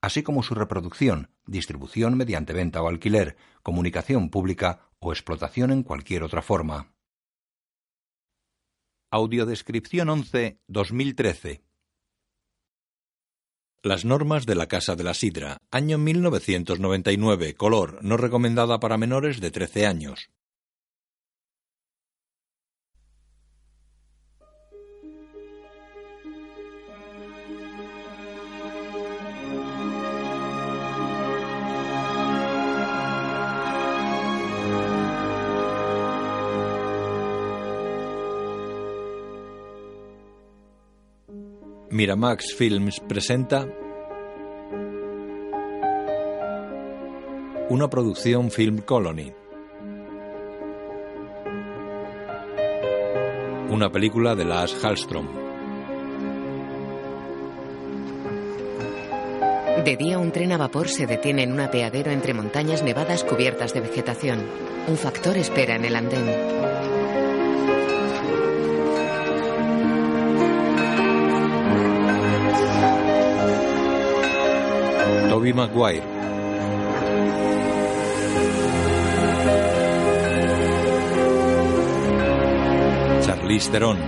así como su reproducción, distribución mediante venta o alquiler, comunicación pública o explotación en cualquier otra forma. Audiodescripción 11 2013 las normas de la Casa de la Sidra, año 1999, color, no recomendada para menores de 13 años. Miramax Films presenta una producción Film Colony. Una película de Lars Hallström. De día un tren a vapor se detiene en un apeadero entre montañas nevadas cubiertas de vegetación. Un factor espera en el andén. Toby Maguire. Charlize Theron.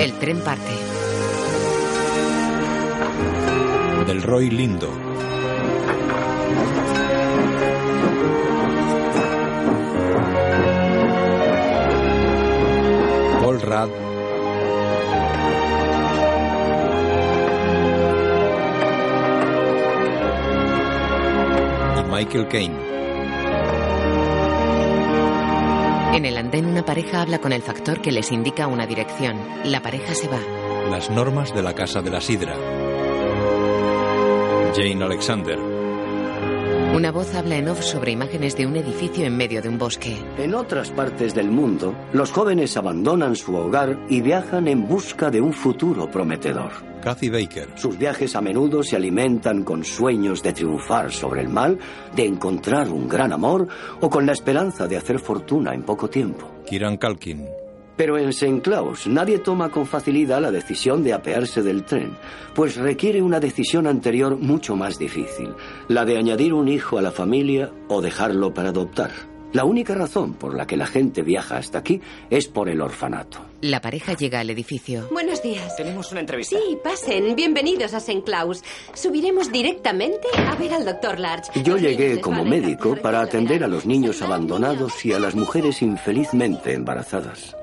El tren parte. Delroy Lindo. Paul Rudd. Michael Caine. En el andén una pareja habla con el factor que les indica una dirección. La pareja se va. Las normas de la Casa de la Sidra. Jane Alexander. Una voz habla en off sobre imágenes de un edificio en medio de un bosque. En otras partes del mundo, los jóvenes abandonan su hogar y viajan en busca de un futuro prometedor. Kathy Baker. Sus viajes a menudo se alimentan con sueños de triunfar sobre el mal, de encontrar un gran amor o con la esperanza de hacer fortuna en poco tiempo. Kiran Kalkin. Pero en St. Claus nadie toma con facilidad la decisión de apearse del tren, pues requiere una decisión anterior mucho más difícil, la de añadir un hijo a la familia o dejarlo para adoptar. La única razón por la que la gente viaja hasta aquí es por el orfanato. La pareja llega al edificio. Buenos días. Tenemos una entrevista. Sí, pasen. Bienvenidos a St. Claus. Subiremos directamente a ver al doctor Larch. Yo llegué como médico para atender a los niños abandonados y a las mujeres infelizmente embarazadas.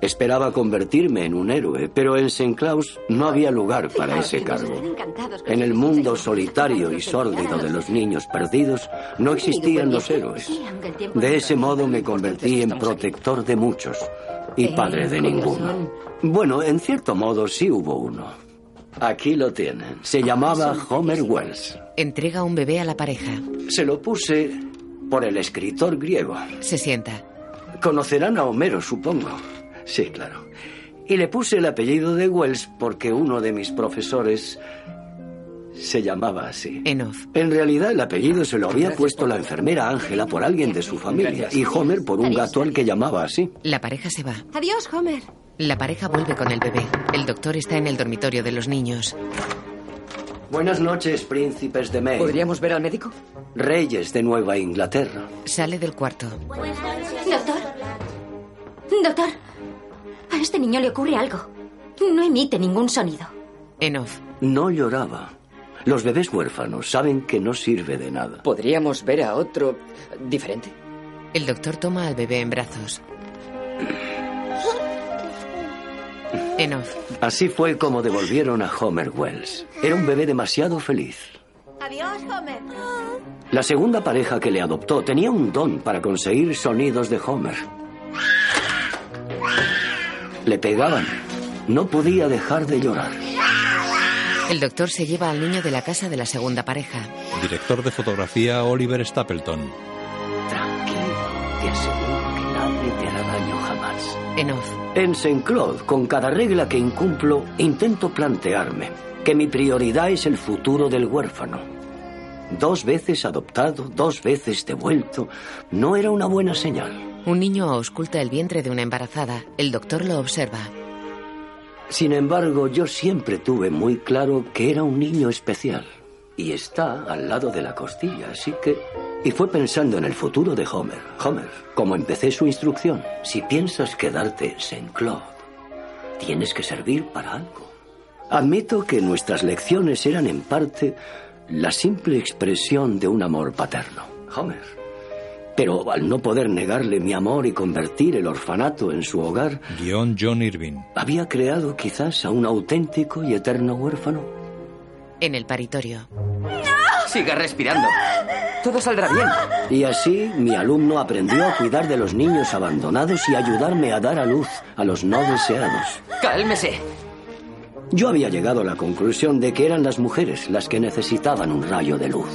Esperaba convertirme en un héroe, pero en St. Claus no había lugar para ese cargo. En el mundo solitario y sórdido de los niños perdidos no existían los Pues, héroes. De ese modo me convertí en protector de muchos y padre de ninguno. Bueno, en cierto modo sí hubo uno. Aquí lo tienen. Se llamaba Homer Wells. Entrega un bebé a la pareja. Se lo puse por el escritor griego. Se sienta. Conocerán a Homero, supongo. Sí, claro. Y le puse el apellido de Wells porque uno de mis profesores se llamaba así. Enough. En realidad el apellido se lo había puesto la enfermera Ángela por alguien de su familia y Homer por un gato al que llamaba así. La pareja se va. Adiós, Homer. La pareja vuelve con el bebé. El doctor está en el dormitorio de los niños. Buenas noches, príncipes de Maine. ¿Podríamos ver al médico? Reyes de Nueva Inglaterra. Sale del cuarto. Buenas noches, doctor. Doctor. A este niño le ocurre algo. No emite ningún sonido. Enough. No lloraba. Los bebés huérfanos saben que no sirve de nada. ¿Podríamos ver a otro diferente? El doctor toma al bebé en brazos. Enough. Así fue como devolvieron a Homer Wells. Era un bebé demasiado feliz. Adiós, Homer. La segunda pareja que le adoptó tenía un don para conseguir sonidos de Homer. Le pegaban. No podía dejar de llorar. El doctor se lleva al niño de la casa de la segunda pareja. Director de fotografía Oliver Stapleton. Tranquilo, te aseguro que nadie te hará daño jamás. En off. En Saint Claude, con cada regla que incumplo, intento plantearme que mi prioridad es el futuro del huérfano. Dos veces adoptado, dos veces devuelto, no era una buena señal. Un niño ausculta el vientre de una embarazada. El doctor lo observa. Sin embargo, yo siempre tuve muy claro que era un niño especial. Y está al lado de la costilla, así que... Y fue pensando en el futuro de Homer. Homer, como empecé su instrucción, si piensas quedarte en Saint Claude, tienes que servir para algo. Admito que nuestras lecciones eran en parte la simple expresión de un amor paterno. Homer. Pero al no poder negarle mi amor y convertir el orfanato en su hogar, Guión John Irving. había creado quizás a un auténtico y eterno huérfano. En el paritorio. Siga respirando. Todo saldrá bien. Y así mi alumno aprendió a cuidar de los niños abandonados y ayudarme a dar a luz a los no deseados. Cálmese. Yo había llegado a la conclusión de que eran las mujeres las que necesitaban un rayo de luz.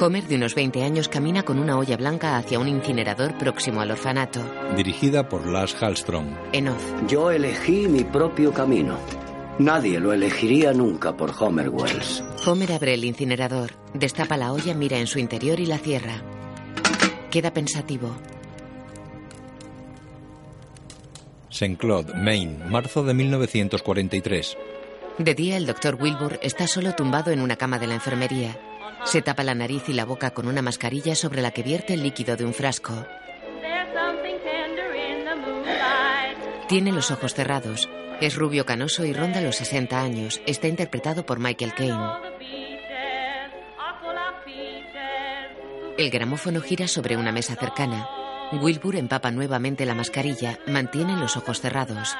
Homer, de unos 20 años, camina con una olla blanca hacia un incinerador próximo al orfanato. Dirigida por Lars Hallström. En off. Yo elegí mi propio camino. Nadie lo elegiría nunca por Homer Wells. Homer abre el incinerador, destapa la olla, mira en su interior y la cierra. Queda pensativo. Saint Claude, Maine, marzo de 1943. De día, el doctor Wilbur está solo tumbado en una cama de la enfermería. Se tapa la nariz y la boca con una mascarilla sobre la que vierte el líquido de un frasco. There's something tender in the moonlight. Tiene los ojos cerrados. Es rubio canoso y ronda los 60 años. Está interpretado por Michael Caine. All the beaches are full of peaches. El gramófono gira sobre una mesa cercana. Wilbur empapa nuevamente la mascarilla, mantiene los ojos cerrados.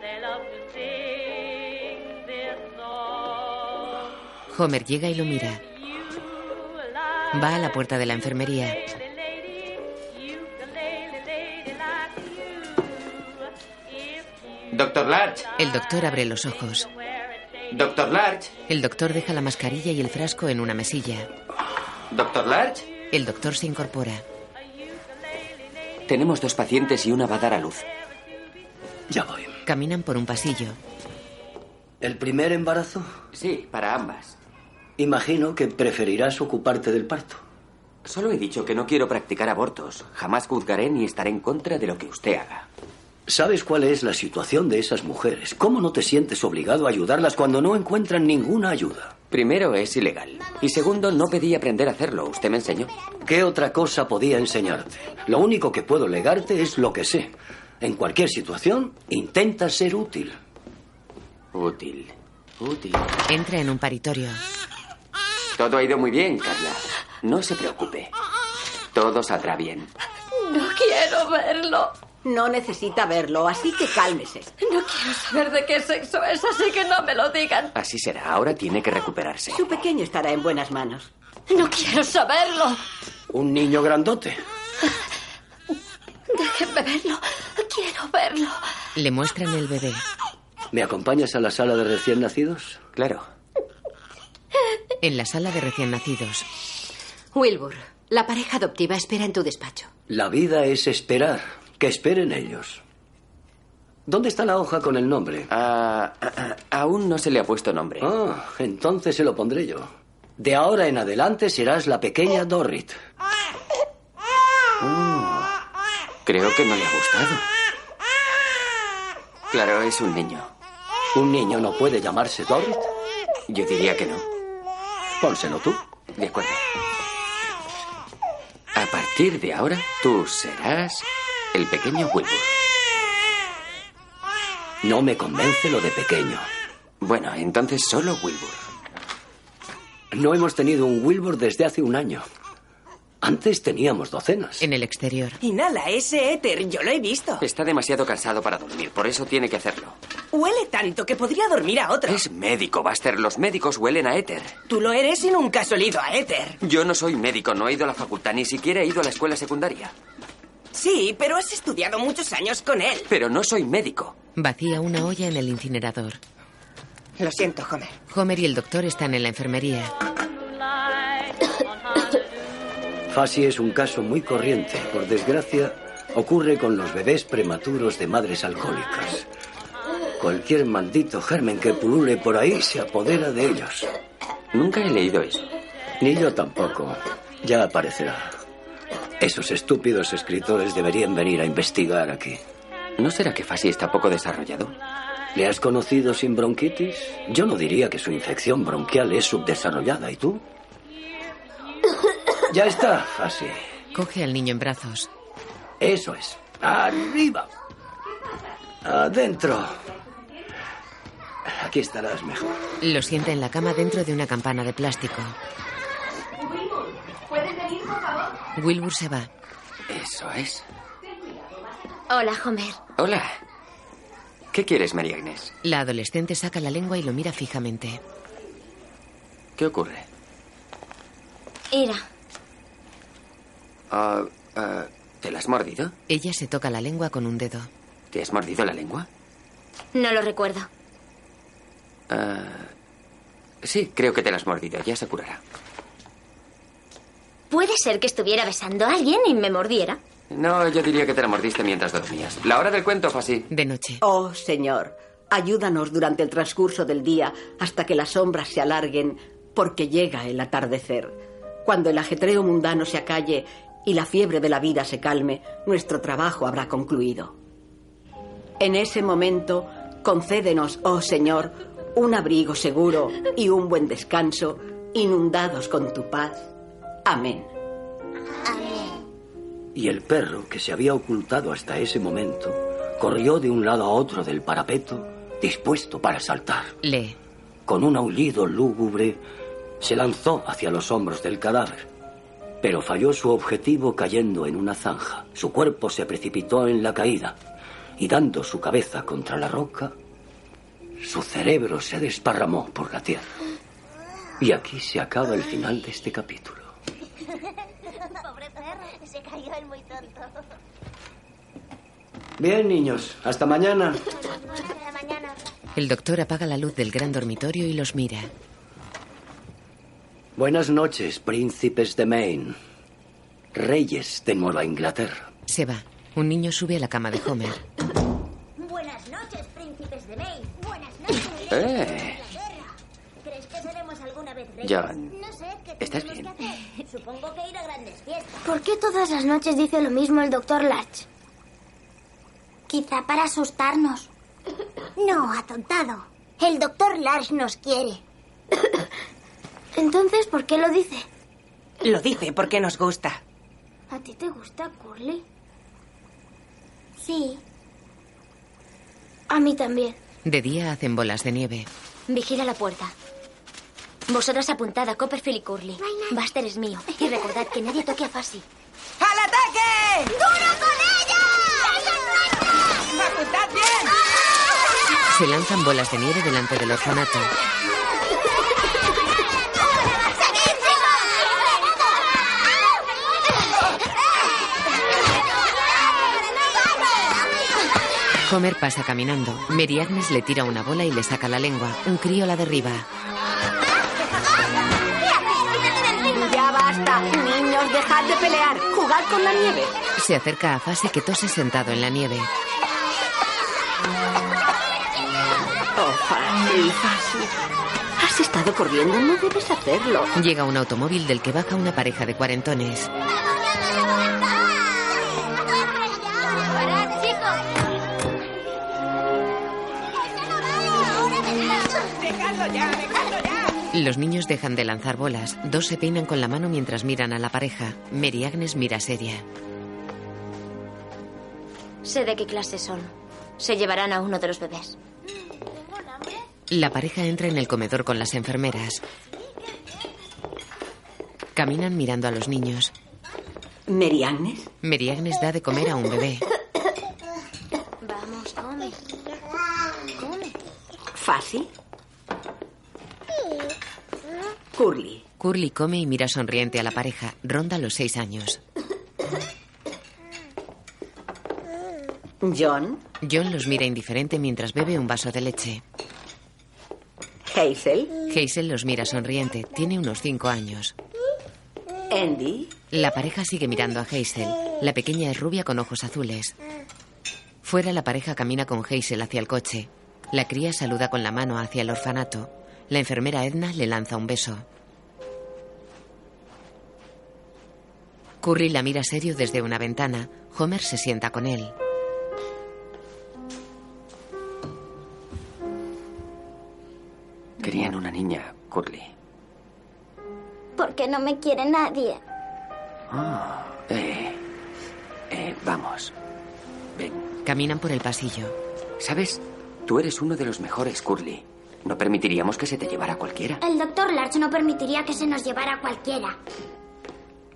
They love to sing this song. Homer llega y lo mira. Va a la puerta de la enfermería. Lady, lady, ukulele lady like you. If you Doctor Larch, El doctor abre los ojos. wear it, baby, Doctor Larch, El doctor deja la mascarilla y el frasco en una mesilla. Doctor Larch. El doctor se incorpora. Tenemos dos pacientes y una va a dar a luz. Ya voy. Caminan por un pasillo. ¿El primer embarazo? Sí, para ambas. Imagino que preferirás ocuparte del parto. Solo he dicho que no quiero practicar abortos. Jamás juzgaré ni estaré en contra de lo que usted haga. ¿Sabes cuál es la situación de esas mujeres? ¿Cómo no te sientes obligado a ayudarlas cuando no encuentran ninguna ayuda? Primero, es ilegal. Y segundo, no pedí aprender a hacerlo. Usted me enseñó. ¿Qué otra cosa podía enseñarte? Lo único que puedo legarte es lo que sé. En cualquier situación, intenta ser útil. Útil. Útil. Entra en un paritorio. Todo ha ido muy bien, Carla. No se preocupe. Todo saldrá bien. No quiero verlo. No necesita verlo, así que cálmese. No quiero saber de qué sexo es, así que no me lo digan. Así será. Ahora tiene que recuperarse. Su pequeño estará en buenas manos. No quiero saberlo. Un niño grandote. Déjenme verlo. Quiero verlo. Le muestran el bebé. ¿Me acompañas a la sala de recién nacidos? Claro. En la sala de recién nacidos. Wilbur, la pareja adoptiva espera en tu despacho. La vida es esperar. Que esperen ellos. ¿Dónde está la hoja con el nombre? Ah, ah, ah, aún no se le ha puesto nombre. Ah, entonces se lo pondré yo. De ahora en adelante serás la pequeña Dorrit. Uh, Creo que no le ha gustado. Claro, es un niño. ¿Un niño no puede llamarse Dorrit? Yo diría que no. Pónselo tú. De acuerdo. A partir de ahora, tú serás el pequeño Wilbur. No me convence lo de pequeño. Bueno, entonces solo Wilbur. No hemos tenido un Wilbur desde hace un año. Antes teníamos docenas. En el exterior. Inhala ese éter, yo lo he visto. Está demasiado cansado para dormir, por eso tiene que hacerlo. Huele tanto que podría dormir a otro. Es médico, Buster. Los médicos huelen a éter. Tú lo eres y nunca has olido a éter. Yo no soy médico, no he ido a la facultad, ni siquiera he ido a la escuela secundaria. Sí, pero has estudiado muchos años con él. Pero no soy médico. Vacía una olla en el incinerador. Lo siento, Homer. Homer y el doctor están en la enfermería. Fasi es un caso muy corriente. Por desgracia, ocurre con los bebés prematuros de madres alcohólicas. Cualquier maldito germen que pulule por ahí se apodera de ellos. Nunca he leído eso. Ni yo tampoco. Ya aparecerá. Esos estúpidos escritores deberían venir a investigar aquí. ¿No será que Fasi está poco desarrollado? ¿Le has conocido sin bronquitis? Yo no diría que su infección bronquial es subdesarrollada. ¿Y tú? Ya está, Fasi. Coge al niño en brazos. Eso es. Arriba. Adentro. Aquí estarás mejor. Lo sienta en la cama dentro de una campana de plástico. ¿Puedes venir, por favor? Wilbur se va. Eso es. Hola, Homer. Hola. ¿Qué quieres, María Inés? La adolescente saca la lengua y lo mira fijamente. ¿Qué ocurre? Ira. Ah, ah, ¿Te la has mordido? Ella se toca la lengua con un dedo. ¿Te has mordido la lengua? No lo recuerdo. Ah, sí, creo que te la has mordido. Ya se curará. Puede ser que estuviera besando a alguien y me mordiera. No, yo diría que te la mordiste mientras dormías. La hora del cuento fue así. De noche. Oh, Señor, ayúdanos durante el transcurso del día hasta que las sombras se alarguen, porque llega el atardecer. Cuando el ajetreo mundano se acalle y la fiebre de la vida se calme, nuestro trabajo habrá concluido. En ese momento, concédenos, oh Señor, un abrigo seguro y un buen descanso, inundados con tu paz. Amén. Y el perro, que se había ocultado hasta ese momento, corrió de un lado a otro del parapeto, dispuesto para saltar. Lee. Con un aullido lúgubre, se lanzó hacia los hombros del cadáver, pero falló su objetivo cayendo en una zanja. Su cuerpo se precipitó en la caída y dando su cabeza contra la roca, su cerebro se desparramó por la tierra. Y aquí se acaba el final de este capítulo. Pobre perro, se cayó el muy tonto. Bien, niños, hasta mañana. Hasta mañana. El doctor apaga la luz del gran dormitorio y los mira. Buenas noches, príncipes de Maine, reyes de Nueva Inglaterra. Se va. Un niño sube a la cama de Homer. Buenas noches, príncipes de Maine. Buenas noches. Eh, ¿Crees que seremos alguna vez reyes? John, No sé, ¿qué ¿estás tenemos bien? que hacer? Supongo que ir a grandes fiestas. ¿Por qué todas las noches dice lo mismo el doctor Latch? Quizá para asustarnos. No, atontado. El doctor Lars nos quiere. Entonces, ¿por qué lo dice? Lo dice porque nos gusta. ¿A ti te gusta Curly? Sí. A mí también. De día hacen bolas de nieve. Vigila la puerta. Vosotras apuntad a Copperfield y Curly. Buster es mío. Y recordad que nadie toque a Fasi. ¡Al ataque! ¡Duro con ella! ¡Apuntad bien! Se lanzan bolas de nieve delante del orfanato. Homer pasa caminando. Mary Agnes le tira una bola y le saca la lengua. Un crío la derriba. Ya basta, niños, dejad de pelear, jugad con la nieve. Se acerca a Fase que tose sentado en la nieve. Oh, fácil, fácil. Has estado corriendo, no debes hacerlo. Llega un automóvil del que baja una pareja de cuarentones. ¡Parad, chicos! ¡Dejadlo ya! ¡Dejadlo ya! Los niños dejan de lanzar bolas. Dos se peinan con la mano mientras miran a la pareja. Mary Agnes mira seria. Sé de qué clase son. Se llevarán a uno de los bebés. La pareja entra en el comedor con las enfermeras. Caminan mirando a los niños. Mary Agnes, Mary Agnes da de comer a un bebé. Vamos, come. Come. Fasi, Curly. Curly come y mira sonriente a la pareja. Ronda los seis años. John, John los mira indiferente mientras bebe un vaso de leche. Hazel. Hazel los mira sonriente. Tiene unos cinco años. Andy. La pareja sigue mirando a Hazel. La pequeña es rubia con ojos azules. Fuera, la pareja camina con Hazel hacia el coche. La cría saluda con la mano hacia el orfanato. La enfermera Edna le lanza un beso. Curry la mira serio desde una ventana. Homer se sienta con él. Querían una niña, Curly. Porque no me quiere nadie. Ah, eh, eh, vamos. Ven. Caminan por el pasillo. ¿Sabes? Tú eres uno de los mejores, Curly. No permitiríamos que se te llevara cualquiera. El doctor Larch no permitiría que se nos llevara cualquiera.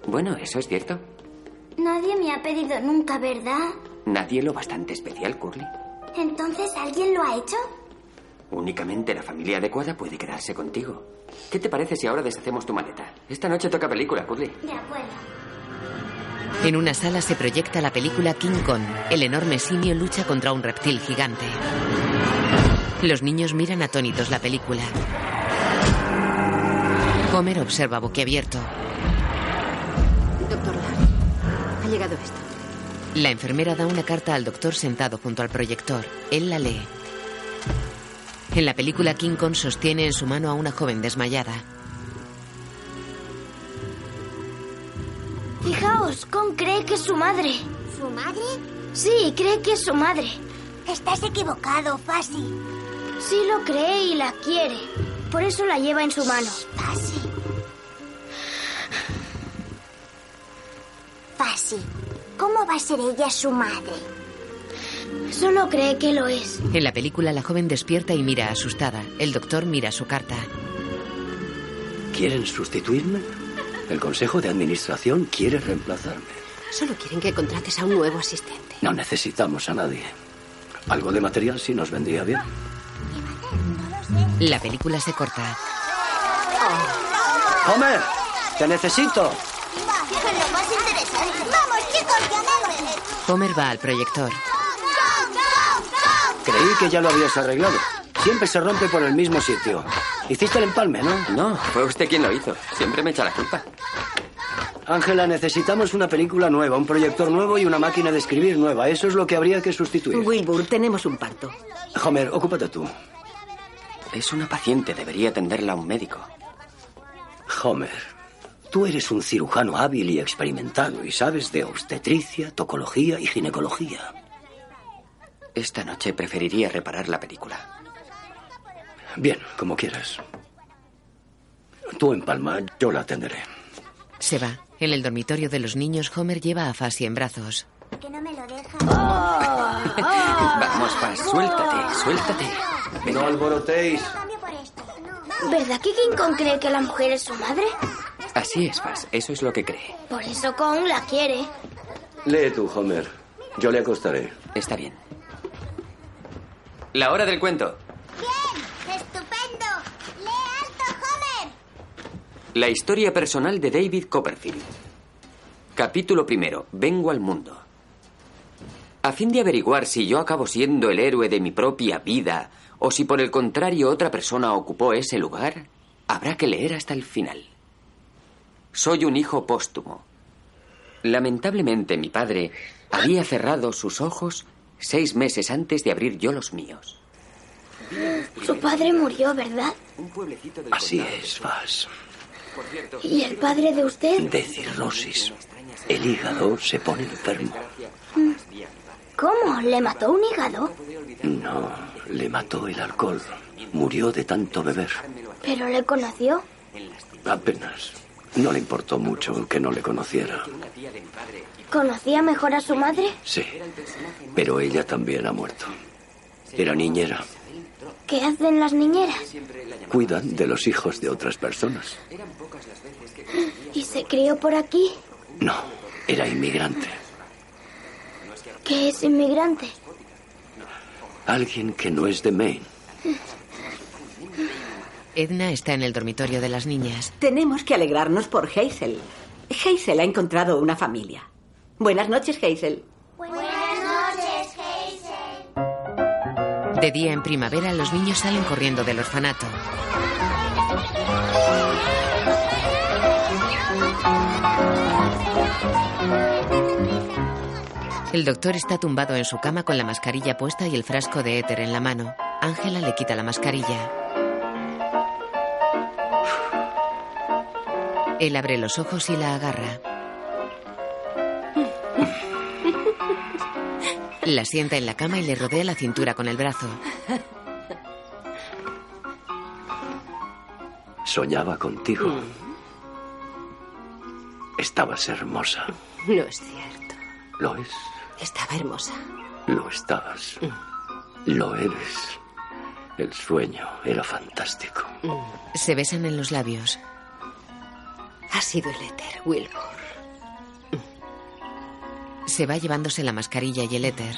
Bueno, eso es cierto. Nadie me ha pedido nunca, ¿verdad? Nadie lo bastante especial, Curly. Entonces, ¿alguien lo ha hecho? Únicamente la familia adecuada puede quedarse contigo. ¿Qué te parece si ahora deshacemos tu maleta? Esta noche toca película, Curly. De acuerdo. En una sala se proyecta la película King Kong. El enorme simio lucha contra un reptil gigante. Los niños miran atónitos la película. Homer observa boquiabierto. Doctor Lark, ha llegado esto. La enfermera da una carta al doctor sentado junto al proyector. Él la lee. En la película King Kong sostiene en su mano a una joven desmayada. Fijaos, Con cree que es su madre. ¿Su madre? Sí, cree que es su madre. Estás equivocado, Fasi. Sí lo cree y la quiere. Por eso la lleva en su mano. Fasi. Fasi, ¿cómo va a ser ella su madre? Solo cree que lo es. En la película la joven despierta y mira asustada. El doctor mira su carta. ¿Quieren sustituirme? El Consejo de Administración quiere reemplazarme. Solo quieren que contrates a un nuevo asistente. No necesitamos a nadie. Algo de material sí nos vendría bien. La película se corta. ¡Homer! ¡Te necesito! ¡Vamos, lo más interesante! ¡Vamos, chicos, ganamos! Homer va al proyector. Creí que ya lo habías arreglado. Siempre se rompe por el mismo sitio. Hiciste el empalme, ¿no? No, fue usted quien lo hizo. Siempre me echa la culpa. Ángela, necesitamos una película nueva, un proyector nuevo y una máquina de escribir nueva. Eso es lo que habría que sustituir. Wilbur, tenemos un parto. Homer, ocúpate tú. Es una paciente, debería atenderla un médico. Homer, tú eres un cirujano hábil y experimentado y sabes de obstetricia, tocología y ginecología. Esta noche preferiría reparar la película. Bien, como quieras. Tú empalma, yo la atenderé. Se va. En el dormitorio de los niños, Homer lleva a Fassi en brazos. Que no me lo deja. Vamos, Faz, suéltate, suéltate. No alborotéis. Cambio por esto. ¿Verdad que King Kong cree que la mujer es su madre? Así es, Faz, eso es lo que cree. Por eso Kong la quiere. Lee tú, Homer. Yo le acostaré. Está bien. La hora del cuento. ¡Bien! ¡Estupendo! ¡Lee alto, Homer! La historia personal de David Copperfield. Capítulo primero. Vengo al mundo. A fin de averiguar si yo acabo siendo el héroe de mi propia vida o si por el contrario otra persona ocupó ese lugar, habrá que leer hasta el final. Soy un hijo póstumo. Lamentablemente mi padre había cerrado sus ojos seis meses antes de abrir yo los míos. Su padre murió, ¿verdad? Un pueblecito del Así condado de es, Suffolk. Vas. Por cierto, ¿Y el padre de usted? De cirrosis. El hígado se pone enfermo. Mm. ¿Cómo? ¿Le mató un hígado? No, le mató el alcohol. Murió de tanto beber. ¿Pero le conoció? Apenas. No le importó mucho que no le conociera. ¿Conocía mejor a su madre? Sí. Pero ella también ha muerto. Era niñera. ¿Qué hacen las niñeras? Cuidan de los hijos de otras personas. ¿Y se crió por aquí? No, era inmigrante. ¿Que es inmigrante? Alguien que no es de Maine. Edna está en el dormitorio de las niñas. Tenemos que alegrarnos por Hazel. Hazel ha encontrado una familia. Buenas noches, Hazel. Buenas noches, Hazel. De día en primavera, los niños salen corriendo del orfanato. El doctor está tumbado en su cama con la mascarilla puesta y el frasco de éter en la mano. Ángela le quita la mascarilla. Él abre los ojos y la agarra. La sienta en la cama y le rodea la cintura con el brazo. Soñaba contigo. Estabas hermosa. No es cierto. Lo es. Estaba hermosa. Lo estabas. Lo eres. El sueño era fantástico. Se besan en los labios. Ha sido el éter, Wilbur. Se va llevándose la mascarilla y el éter.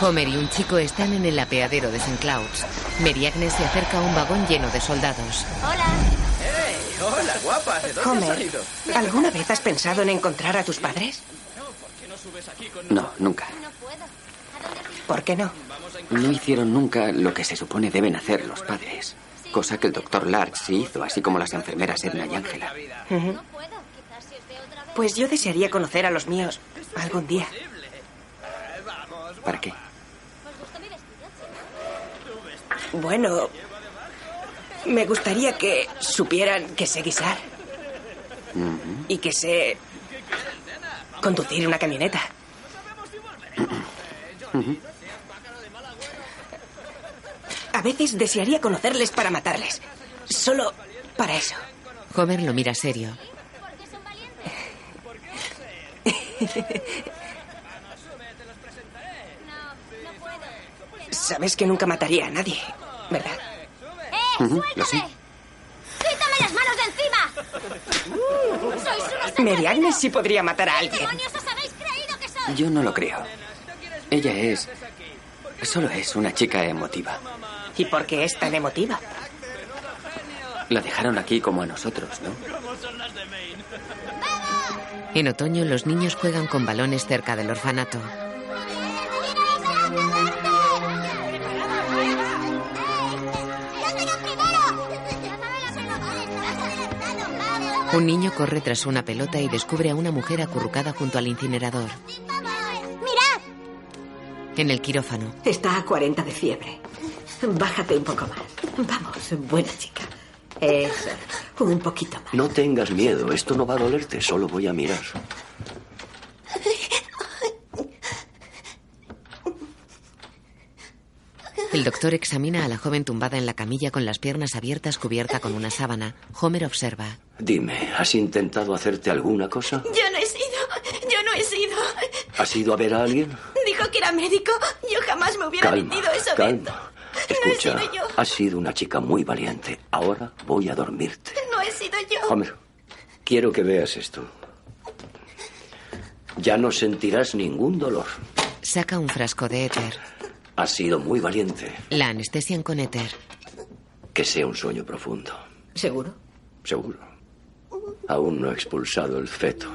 Homer y un chico están en el apeadero de St. Clouds. Mary Agnes se acerca a un vagón lleno de soldados. ¡Hey! ¡Hola, guapa! ¿De dónde has Homer, salido? ¿alguna vez has pensado en encontrar a tus padres? No, nunca. ¿Por qué no? No hicieron nunca lo que se supone deben hacer los padres. Cosa que el doctor Larch sí hizo, así como las enfermeras Edna y Ángela. Ujú. Pues yo desearía conocer a los míos algún día. ¿Para qué? Bueno, me gustaría que supieran que sé guisar Ujú. y que sé conducir una camioneta. Ujú. A veces desearía conocerles para matarles. Solo para eso. Homer lo mira serio. Sabes que nunca mataría a nadie, ¿verdad? Ujú, Lo sé. ¡Quítame las manos de encima! ¡Sois unos Mary Agnes sí podría matar a alguien. demonios! ¡Os habéis creído que sois! Yo no lo creo. Ella es. Solo es una chica emotiva. ¿Y por qué es tan emotiva? La dejaron aquí como a nosotros, ¿no? En otoño, los niños juegan con balones cerca del orfanato. Un niño corre tras una pelota y descubre a una mujer acurrucada junto al incinerador. ¡Mirad! En el quirófano, Está a 40 de fiebre. Bájate un poco más. Vamos, buena chica. Eso. Un poquito más. No tengas miedo, esto no va a dolerte, solo voy a mirar. el doctor examina a la joven tumbada en la camilla con las piernas abiertas cubierta con una sábana. Homer observa. Dime, ¿has intentado hacerte alguna cosa? Yo no he sido. Yo no he sido. ¿Has ido a ver a alguien? Dijo que era médico. Yo jamás me hubiera calma, metido eso. calma. he Escucha, sido yo. has sido una chica muy valiente. Ahora voy a dormirte. No he sido yo. Homer, quiero que veas esto. Ya no sentirás ningún dolor. Saca un frasco de éter. Has sido muy valiente. La anestesian con éter. Que sea un sueño profundo, ¿Seguro? seguro. Aún no ha expulsado el feto.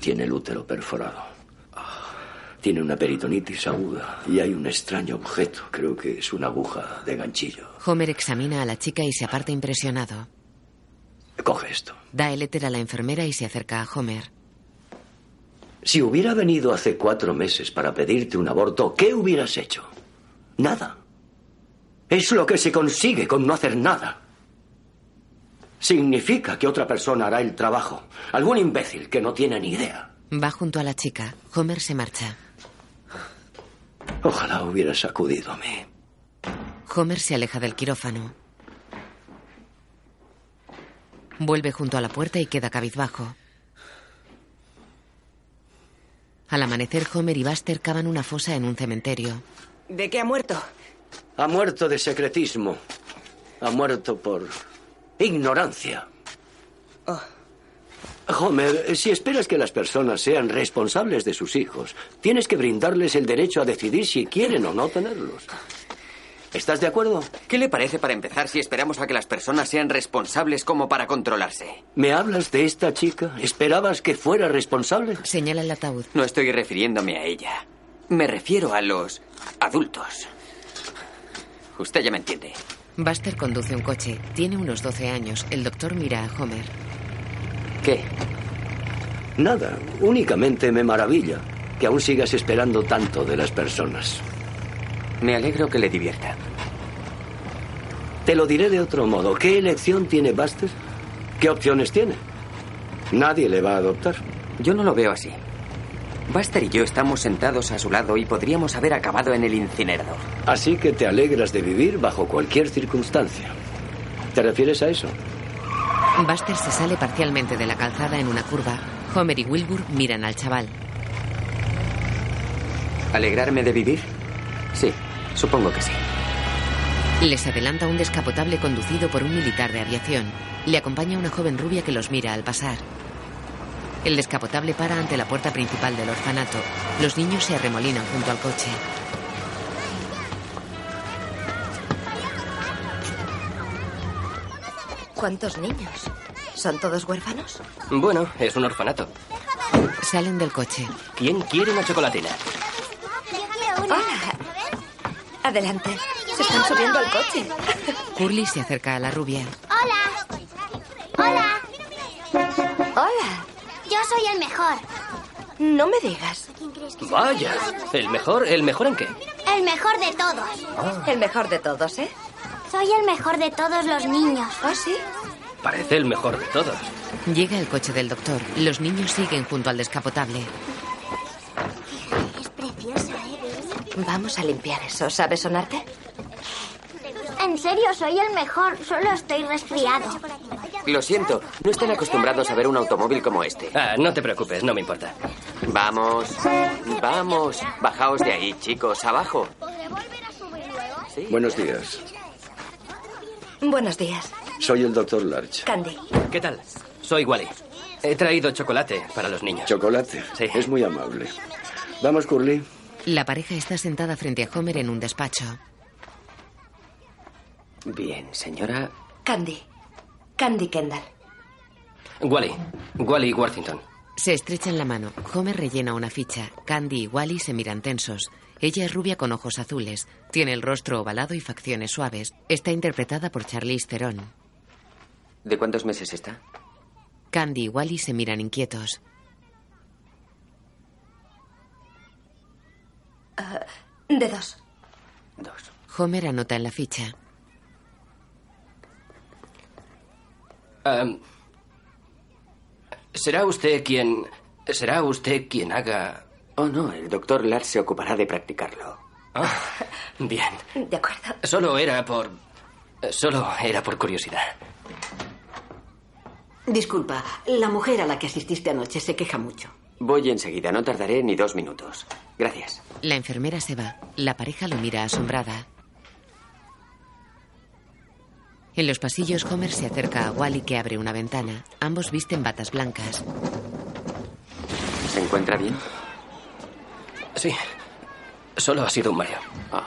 Tiene el útero perforado. Tiene una peritonitis aguda y hay un extraño objeto. Creo que es una aguja de ganchillo. Homer examina a la chica y se aparta impresionado. Coge esto. Da el éter a la enfermera y se acerca a Homer. Si hubiera venido hace cuatro meses para pedirte un aborto, ¿qué hubieras hecho? Nada. Es lo que se consigue con no hacer nada. Significa que otra persona hará el trabajo. Algún imbécil que no tiene ni idea. Va junto a la chica. Homer se marcha. Ojalá hubieras acudido a mí. Homer se aleja del quirófano. Vuelve junto a la puerta y queda cabizbajo. Al amanecer, Homer y Buster cavan una fosa en un cementerio. ¿De qué ha muerto? Ha muerto de secretismo. Ha muerto por ignorancia. Homer, si esperas que las personas sean responsables de sus hijos, tienes que brindarles el derecho a decidir si quieren o no tenerlos. ¿Estás de acuerdo? ¿Qué le parece para empezar si esperamos a que las personas sean responsables como para controlarse? ¿Me hablas de esta chica? ¿Esperabas que fuera responsable? Señala el ataúd. No estoy refiriéndome a ella. Me refiero a los adultos. Usted ya me entiende. Buster conduce un coche. Tiene unos 12 años. El doctor mira a Homer. ¿Qué? Nada, únicamente me maravilla que aún sigas esperando tanto de las personas. Me alegro que le divierta. Te lo diré de otro modo. ¿Qué elección tiene Buster? ¿Qué opciones tiene? Nadie le va a adoptar. Yo no lo veo así. Buster y yo estamos sentados a su lado y podríamos haber acabado en el incinerador. Así que te alegras de vivir bajo cualquier circunstancia. ¿Te refieres a eso? Buster se sale parcialmente de la calzada en una curva. Homer y Wilbur miran al chaval. ¿Alegrarme de vivir? Sí, supongo que sí. Les adelanta un descapotable conducido por un militar de aviación. Le acompaña una joven rubia que los mira al pasar. El descapotable para ante la puerta principal del orfanato. Los niños se arremolinan junto al coche. ¿Cuántos niños? ¿Son todos huérfanos? Bueno, es un orfanato. Salen del coche. ¿Quién quiere una chocolatina? Hola. Ah. Adelante. Se están subiendo al coche. Curly se acerca a la rubia. Hola. Hola. Hola. Yo soy el mejor. No me digas. Vaya, el mejor, el mejor en qué? El mejor de todos. Ah. El mejor de todos, ¿eh? Soy el mejor de todos los niños. ¿Ah, sí? Parece el mejor de todos. Llega el coche del doctor. Los niños siguen junto al descapotable. Es preciosa, ¿eh? Vamos a limpiar eso. ¿Sabes sonarte? En serio, soy el mejor. Solo estoy resfriado. Lo siento, no están acostumbrados a ver un automóvil como este. Ah, no te preocupes, no me importa. Vamos, vamos, bajaos de ahí, chicos, abajo. Buenos días. Buenos días. Soy el doctor Larch. Candy. ¿Qué tal? Soy Wally. He traído chocolate para los niños. Chocolate. Sí. Es muy amable. Vamos, Curly. La pareja está sentada frente a Homer en un despacho. Bien, señora. Candy. Candy Kendall. Wally. Wally Worthington. Se estrechan la mano. Homer rellena una ficha. Candy y Wally se miran tensos. Ella es rubia con ojos azules. Tiene el rostro ovalado y facciones suaves. Está interpretada por Charlize Theron. ¿De cuántos meses está? Candy y Wally se miran inquietos. Ah, de dos. Dos. Homer anota en la ficha. Am, ¿Será usted quien... ¿Será usted quien haga... Oh, no, el doctor Lars se ocupará de practicarlo. Ah, bien. De acuerdo. Solo era por... Solo era por curiosidad. Disculpa, la mujer a la que asististe anoche se queja mucho. Voy enseguida, no tardaré ni dos minutos. Gracias. La enfermera se va. La pareja lo mira asombrada. En los pasillos, Homer se acerca a Wally que abre una ventana. Ambos visten batas blancas. ¿Se encuentra bien? Sí. Solo ha sido un mareo. Ah,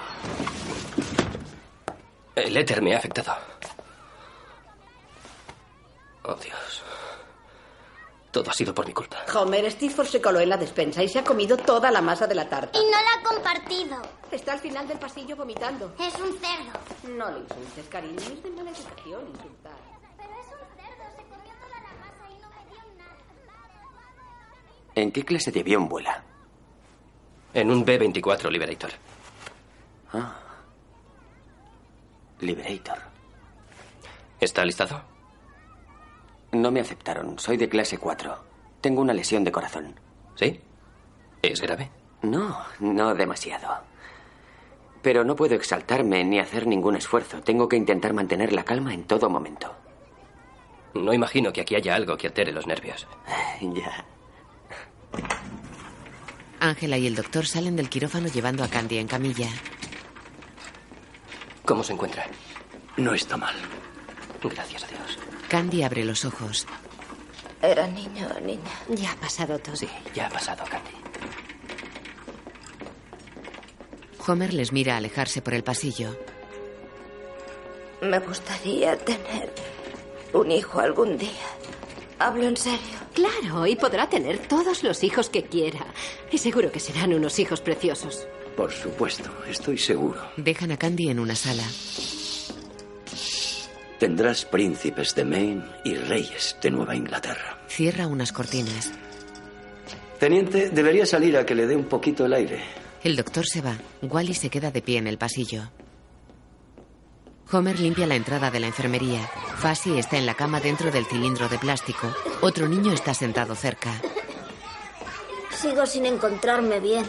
El éter me ha afectado. Oh, Dios. Todo ha sido por mi culpa. Homer, Steelford se coló en la despensa y se ha comido toda la masa de la tarta. Y no la ha compartido. Está al final del pasillo vomitando. Es un cerdo. No le insultes, cariño. Es de mala educación insultar. Pero es un cerdo. Se comió toda la masa y no me dio nada. ¿En qué clase de avión vuela? En un B-24 Liberator. Liberator. ¿Está listado? No me aceptaron. Soy de clase 4. Tengo una lesión de corazón. ¿Sí? ¿Es grave? No, no demasiado. Pero no puedo exaltarme ni hacer ningún esfuerzo. Tengo que intentar mantener la calma en todo momento. No imagino que aquí haya algo que altere los nervios. Ya. Ángela y el doctor salen del quirófano llevando a Candy en camilla. ¿Cómo se encuentra? No está mal. Gracias a Dios. Candy abre los ojos. Era niño o niña. Ya ha pasado todo. Sí, ya ha pasado, Candy. Homer les mira alejarse por el pasillo. Me gustaría tener un hijo algún día. Hablo en serio. Claro, y podrá tener todos los hijos que quiera. Y seguro que serán unos hijos preciosos. Por supuesto, estoy seguro. Dejan a Candy en una sala. Tendrás príncipes de Maine y reyes de Nueva Inglaterra. Cierra unas cortinas. Teniente, debería salir a que le dé un poquito el aire. El doctor se va. Wally se queda de pie en el pasillo. Homer limpia la entrada de la enfermería. Fassi está en la cama dentro del cilindro de plástico. Otro niño está sentado cerca. Sigo sin encontrarme bien.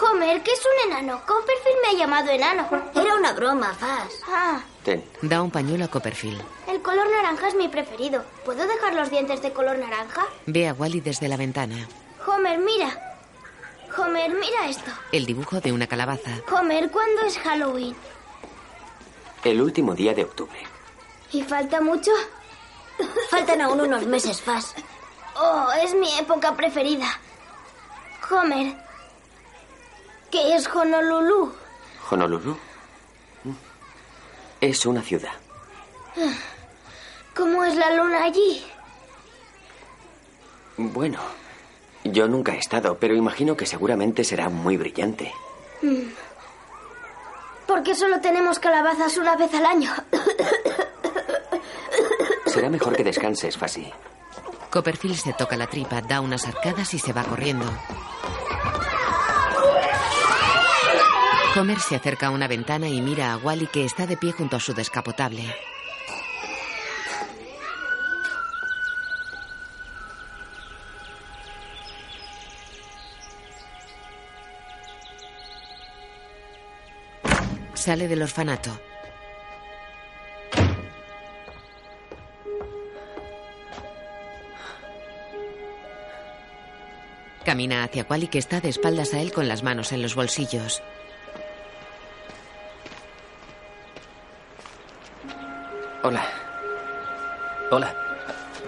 Homer, que es un enano? Copperfield me ha llamado enano. Era una broma, Faz. Ah, Ten. Da un pañuelo a Copperfield. el color naranja es mi preferido. ¿Puedo dejar los dientes de color naranja? Ve a Wally desde la ventana. Homer, mira. Homer, mira esto. El dibujo de una calabaza. Homer, ¿cuándo es Halloween? El último día de octubre. ¿Y falta mucho? Faltan aún unos meses, Faz. Oh, es mi época preferida. Homer, ¿qué es Honolulu? Honolulu es una ciudad. ¿Cómo es la luna allí? Bueno, yo nunca he estado, pero imagino que seguramente será muy brillante. Mm. ¿Por qué solo tenemos calabazas una vez al año? Será mejor que descanses, Fasi. Copperfield se toca la tripa, da unas arcadas y se va corriendo. Homer se acerca a una ventana y mira a Wally que está de pie junto a su descapotable. Sale del orfanato. Camina hacia Wally que está de espaldas a él con las manos en los bolsillos. Hola. Hola.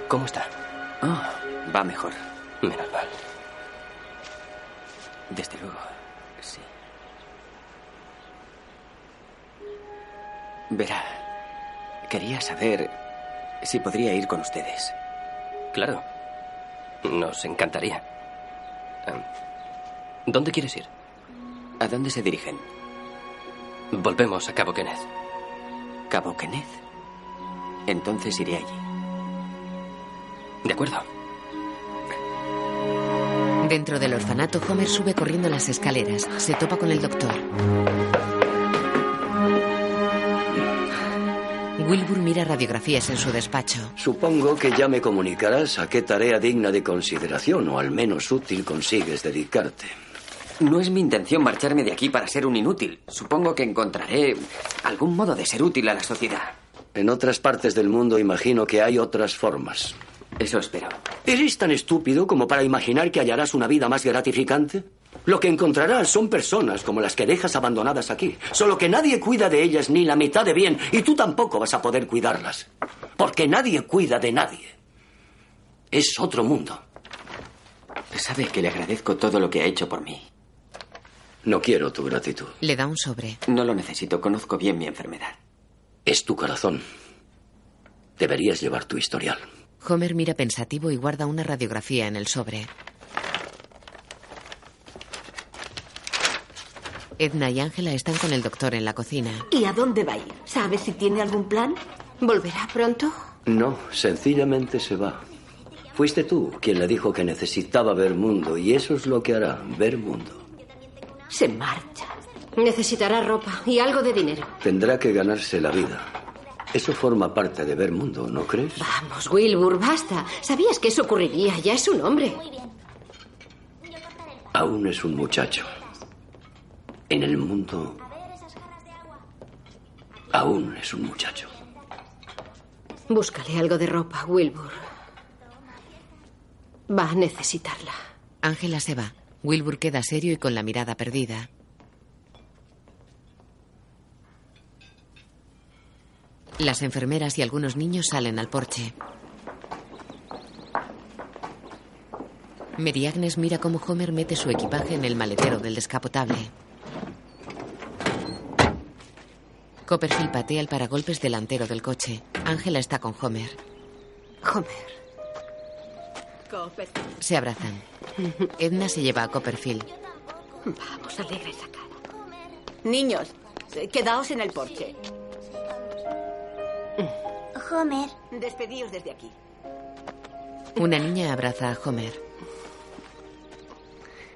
¿Cómo está? Oh, va mejor. Menos mal. Desde luego, sí. Verá, quería saber si podría ir con ustedes. Claro. Nos encantaría. Em, ¿Dónde quieres ir? ¿A dónde se dirigen? Volvemos a Cabo Kenneth. ¿Cabo Kenneth? Entonces iré allí. De acuerdo. Dentro del orfanato, Homer sube corriendo las escaleras. Se topa con el doctor. Wilbur mira radiografías en su despacho. Supongo que ya me comunicarás a qué tarea digna de consideración o al menos útil consigues dedicarte. No es mi intención marcharme de aquí para ser un inútil. Supongo que encontraré algún modo de ser útil a la sociedad. En otras partes del mundo imagino que hay otras formas. Eso espero. ¿Eres tan estúpido como para imaginar que hallarás una vida más gratificante? Lo que encontrarás son personas como las que dejas abandonadas aquí, solo que nadie cuida de ellas ni la mitad de bien, y tú tampoco vas a poder cuidarlas, porque nadie cuida de nadie. Es otro mundo. Sabe que le agradezco todo lo que ha hecho por mí. No quiero tu gratitud. Le da un sobre. No lo necesito, conozco bien mi enfermedad. Es tu corazón. Deberías llevar tu historial. Homer mira pensativo y guarda una radiografía en el sobre. Edna y Ángela están con el doctor en la cocina. ¿Y a dónde va a ir? ¿Sabes si tiene algún plan? ¿Volverá pronto? No, sencillamente se va. Fuiste tú quien le dijo que necesitaba ver mundo, y eso es lo que hará, ver mundo. Se marcha. Necesitará ropa y algo de dinero. Tendrá que ganarse la vida. Eso forma parte de ver mundo, ¿no crees? Vamos, Wilbur, basta. Sabías que eso ocurriría. Ya es un hombre. Aún es un muchacho. En el mundo... Aún es un muchacho. Búscale algo de ropa, Wilbur. Va a necesitarla. Ángela se va. Wilbur queda serio y con la mirada perdida. Las enfermeras y algunos niños salen al porche. Mary Agnes mira cómo Homer mete su equipaje en el maletero del descapotable. Copperfield patea el paragolpes delantero del coche. Ángela está con Homer. Homer. Se abrazan. Edna se lleva a Copperfield. Vamos, alegra esa cara. Niños, eh, quedaos en el porche. Homer. Despedíos desde aquí. Una niña abraza a Homer.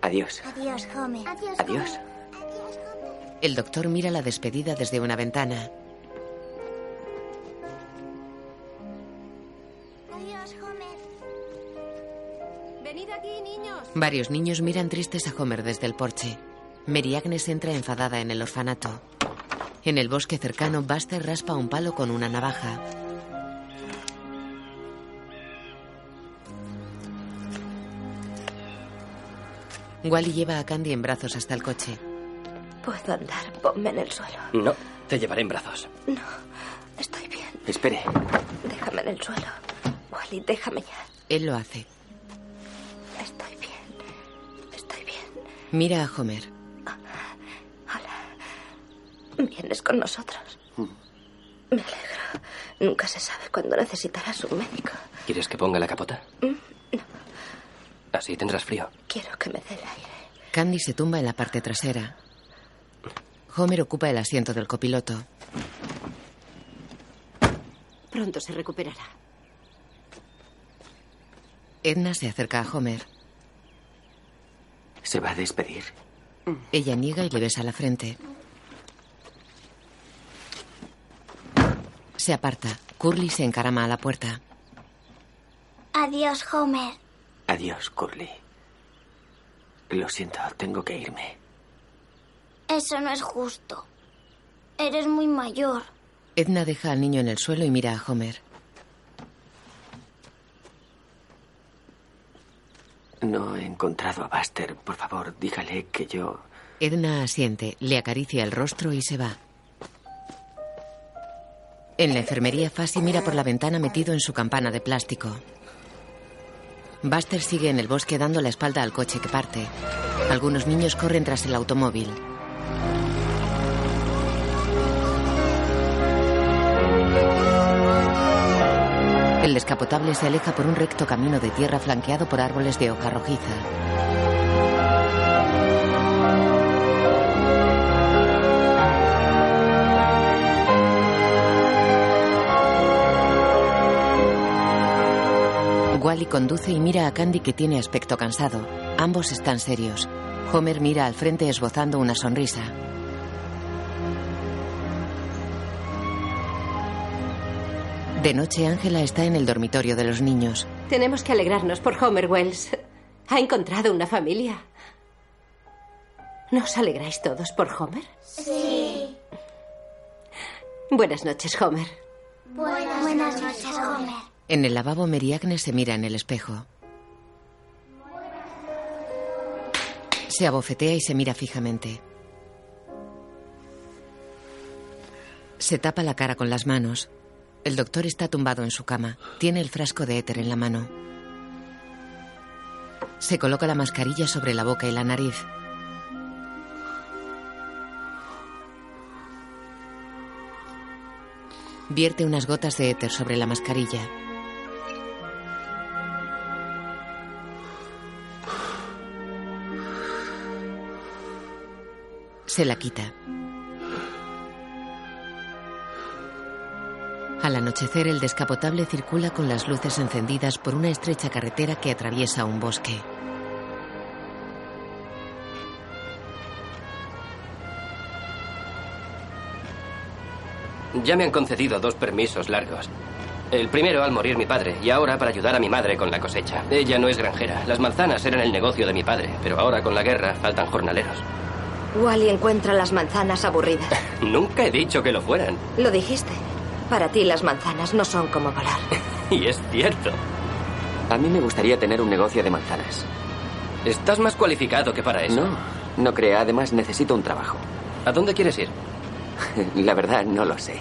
Adiós. Adiós, Homer. Adiós. Adiós. El doctor mira la despedida desde una ventana. Adiós, Homer. Venid aquí, niños. Varios niños miran tristes a Homer desde el porche. Mary Agnes entra enfadada en el orfanato. En el bosque cercano, Buster raspa un palo con una navaja. Wally lleva a Candy en brazos hasta el coche. Puedo andar. Ponme en el suelo. No, te llevaré en brazos. No, estoy bien. Espere. Déjame en el suelo. Wally, déjame ya. Él lo hace. Estoy bien. Estoy bien. Mira a Homer. Vienes con nosotros. Me alegro. Nunca se sabe cuándo necesitarás un médico. ¿Quieres que ponga la capota? Mm, Así tendrás frío. Quiero que me dé el aire. Candy se tumba en la parte trasera. Homer ocupa el asiento del copiloto. Pronto se recuperará. Edna se acerca a Homer. ¿Se va a despedir? Ella niega y le besa la frente. Se aparta. Curly se encarama a la puerta. Adiós, Homer. Adiós, Curly. Lo siento, tengo que irme. Eso no es justo. Eres muy mayor. Edna deja al niño en el suelo y mira a Homer. No he encontrado a Buster. Por favor, dígale que yo... Edna asiente, le acaricia el rostro y se va. En la enfermería, Fassi mira por la ventana metido en su campana de plástico. Buster sigue en el bosque dando la espalda al coche que parte. Algunos niños corren tras el automóvil. El descapotable se aleja por un recto camino de tierra flanqueado por árboles de hoja rojiza. Wally conduce y mira a Candy que tiene aspecto cansado. Ambos están serios. Homer mira al frente esbozando una sonrisa. De noche, Ángela está en el dormitorio de los niños. Tenemos que alegrarnos por Homer Wells. Ha encontrado una familia. ¿No os alegráis todos por Homer? Sí. Buenas noches, Homer. Buenas, noches, Homer. En el lavabo, Mary Agnes se mira en el espejo. Se abofetea y se mira fijamente. Se tapa la cara con las manos. El doctor está tumbado en su cama. Tiene el frasco de éter en la mano. Se coloca la mascarilla sobre la boca y la nariz. Vierte unas gotas de éter sobre la mascarilla. Se la quita. Al anochecer, el descapotable circula con las luces encendidas por una estrecha carretera que atraviesa un bosque. Ya me han concedido dos permisos largos. El primero al morir mi padre y ahora para ayudar a mi madre con la cosecha. Ella no es granjera. Las manzanas eran el negocio de mi padre, pero ahora con la guerra faltan jornaleros. Wally encuentra las manzanas aburridas. Nunca he dicho que lo fueran. Lo dijiste. Para ti las manzanas no son como volar. Y es cierto. A mí me gustaría tener un negocio de manzanas. Estás más cualificado que para eso. No, no crea. Además, necesito un trabajo. ¿A dónde quieres ir? La verdad, no lo sé.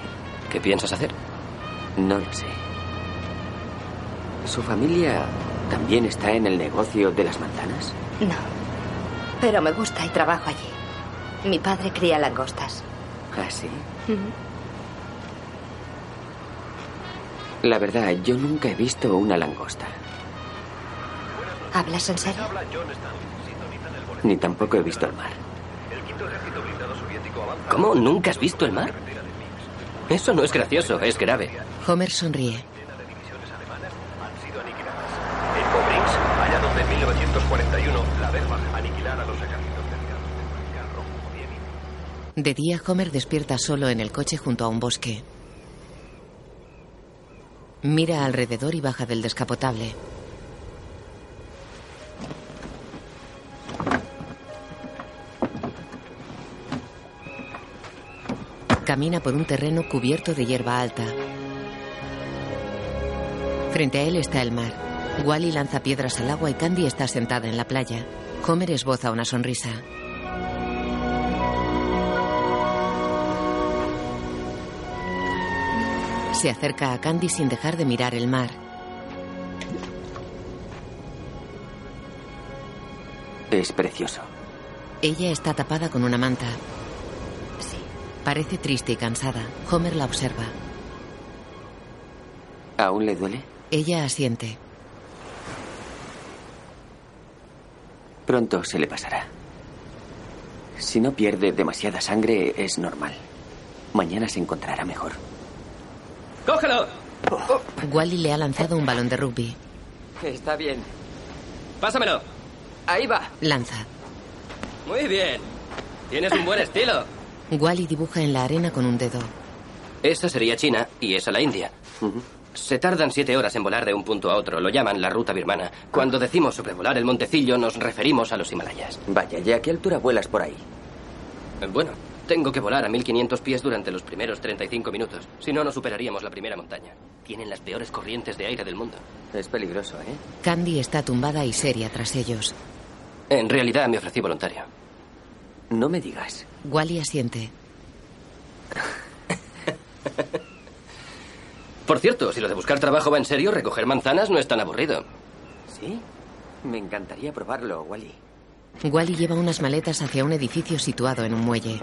¿Qué piensas hacer? No lo sé. ¿Su familia también está en el negocio de las manzanas? No. Pero me gusta y trabajo allí. Mi padre cría langostas. ¿Ah, sí? La verdad, yo nunca he visto una langosta. ¿Hablas en serio? Ni tampoco he visto el mar. ¿Cómo? ¿Nunca has visto el mar? Eso no es gracioso, es grave. Homer sonríe. En Cobrings, allá donde en 1941 la Wehrmacht aniquilara a los ejércitos del De día, Homer despierta solo en el coche junto a un bosque. Mira alrededor y baja del descapotable. Camina por un terreno cubierto de hierba alta. Frente a él está el mar. Wally lanza piedras al agua y Candy está sentada en la playa. Homer esboza una sonrisa. Se acerca a Candy sin dejar de mirar el mar. Es precioso. Ella está tapada con una manta. Parece triste y cansada. Homer la observa. ¿Aún le duele? Ella asiente. Pronto se le pasará. Si no pierde demasiada sangre, es normal. Mañana se encontrará mejor. ¡Cógelo! Wally le ha lanzado un balón de rugby. Está bien. ¡Pásamelo! Ahí va. Lanza. Muy bien. Tienes un buen estilo. Wally dibuja en la arena con un dedo. Esa sería China y esa la India. Se tardan siete horas en volar de un punto a otro. Lo llaman la ruta birmana. Cuando decimos sobrevolar el montecillo, nos referimos a los Himalayas. Vaya, ¿y a qué altura vuelas por ahí? Eh, Bueno, tengo que volar a 1500 pies durante los primeros 35 minutos. Si no, no superaríamos la primera montaña. Tienen las peores corrientes de aire del mundo. Es peligroso, ¿eh? Candy está tumbada y seria tras ellos. En realidad me ofrecí voluntario. No me digas. Wally asiente. Por cierto, si lo de buscar trabajo va en serio, recoger manzanas no es tan aburrido. ¿Sí? Me encantaría probarlo, Wally. Wally lleva unas maletas hacia un edificio situado en un muelle.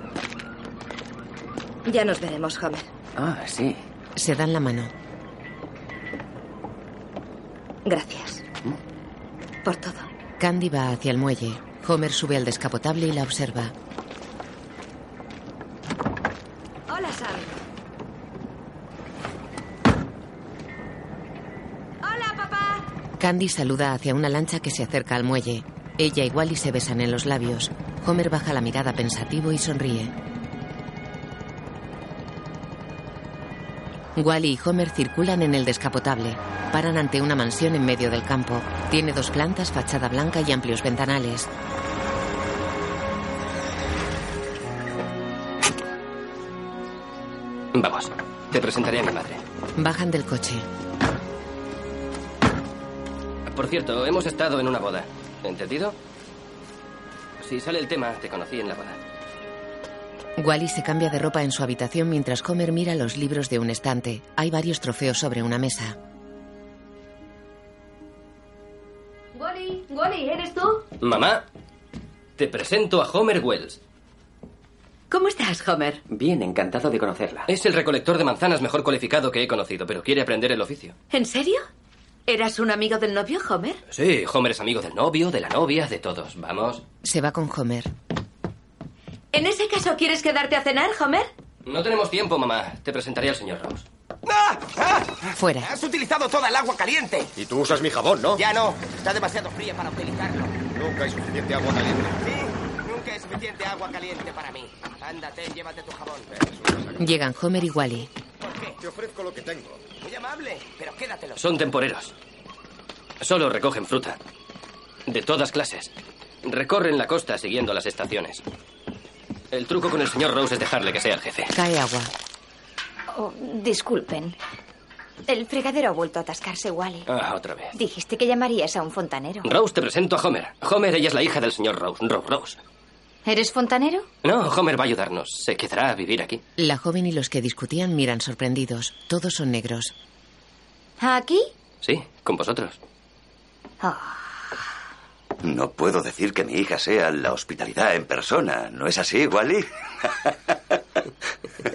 Ya nos veremos, Homer. Ah, sí. Se dan la mano. Gracias. ¿Mm? Por todo. Candy va hacia el muelle. Homer sube al descapotable y la observa. Hola, Sam. Hola, papá. Candy saluda hacia una lancha que se acerca al muelle. Ella y Wally se besan en los labios. Homer baja la mirada pensativo y sonríe. Wally y Homer circulan en el descapotable. Paran ante una mansión en medio del campo. Tiene dos plantas, fachada blanca y amplios ventanales. Vamos, te presentaré a mi madre. Bajan del coche. Por cierto, hemos estado en una boda. ¿Entendido? Si sale el tema, te conocí en la boda. Wally se cambia de ropa en su habitación mientras Homer mira los libros de un estante. Hay varios trofeos sobre una mesa. Wally, Wally, ¿eres tú? Mamá, te presento a Homer Wells. ¿Cómo estás, Homer? Bien, encantado de conocerla. Es el recolector de manzanas mejor cualificado que he conocido, pero quiere aprender el oficio. ¿En serio? ¿Eras un amigo del novio, Homer? Sí, Homer es amigo del novio, de la novia, de todos. Vamos. Se va con Homer. ¿En ese caso quieres quedarte a cenar, Homer? No tenemos tiempo, mamá. Te presentaré al señor Rose. Fuera. Has utilizado toda el agua caliente. Y tú usas mi jabón, ¿no? Ya no, está demasiado fría para utilizarlo. Nunca hay suficiente agua caliente. Nunca es suficiente agua caliente para mí. Ándate, llévate tu jabón. Llegan Homer y Wally. ¿Por qué? Te ofrezco lo que tengo. Muy amable, pero quédatelo. Son temporeros. Solo recogen fruta. De todas clases. Recorren la costa siguiendo las estaciones. El truco con el señor Rose es dejarle que sea el jefe. Cae agua. Oh, disculpen. El fregadero ha vuelto a atascarse, Wally. Ah, otra vez. Dijiste que llamarías a un fontanero. Rose, te presento a Homer. Homer, ella es la hija del señor Rose. Rose, Rose. ¿Eres fontanero? No, Homer va a ayudarnos. Se quedará a vivir aquí. La joven y los que discutían miran sorprendidos. Todos son negros. ¿Aquí? Sí, con vosotros. Ah. No puedo decir que mi hija sea la hospitalidad en persona. ¿No es así, Wally?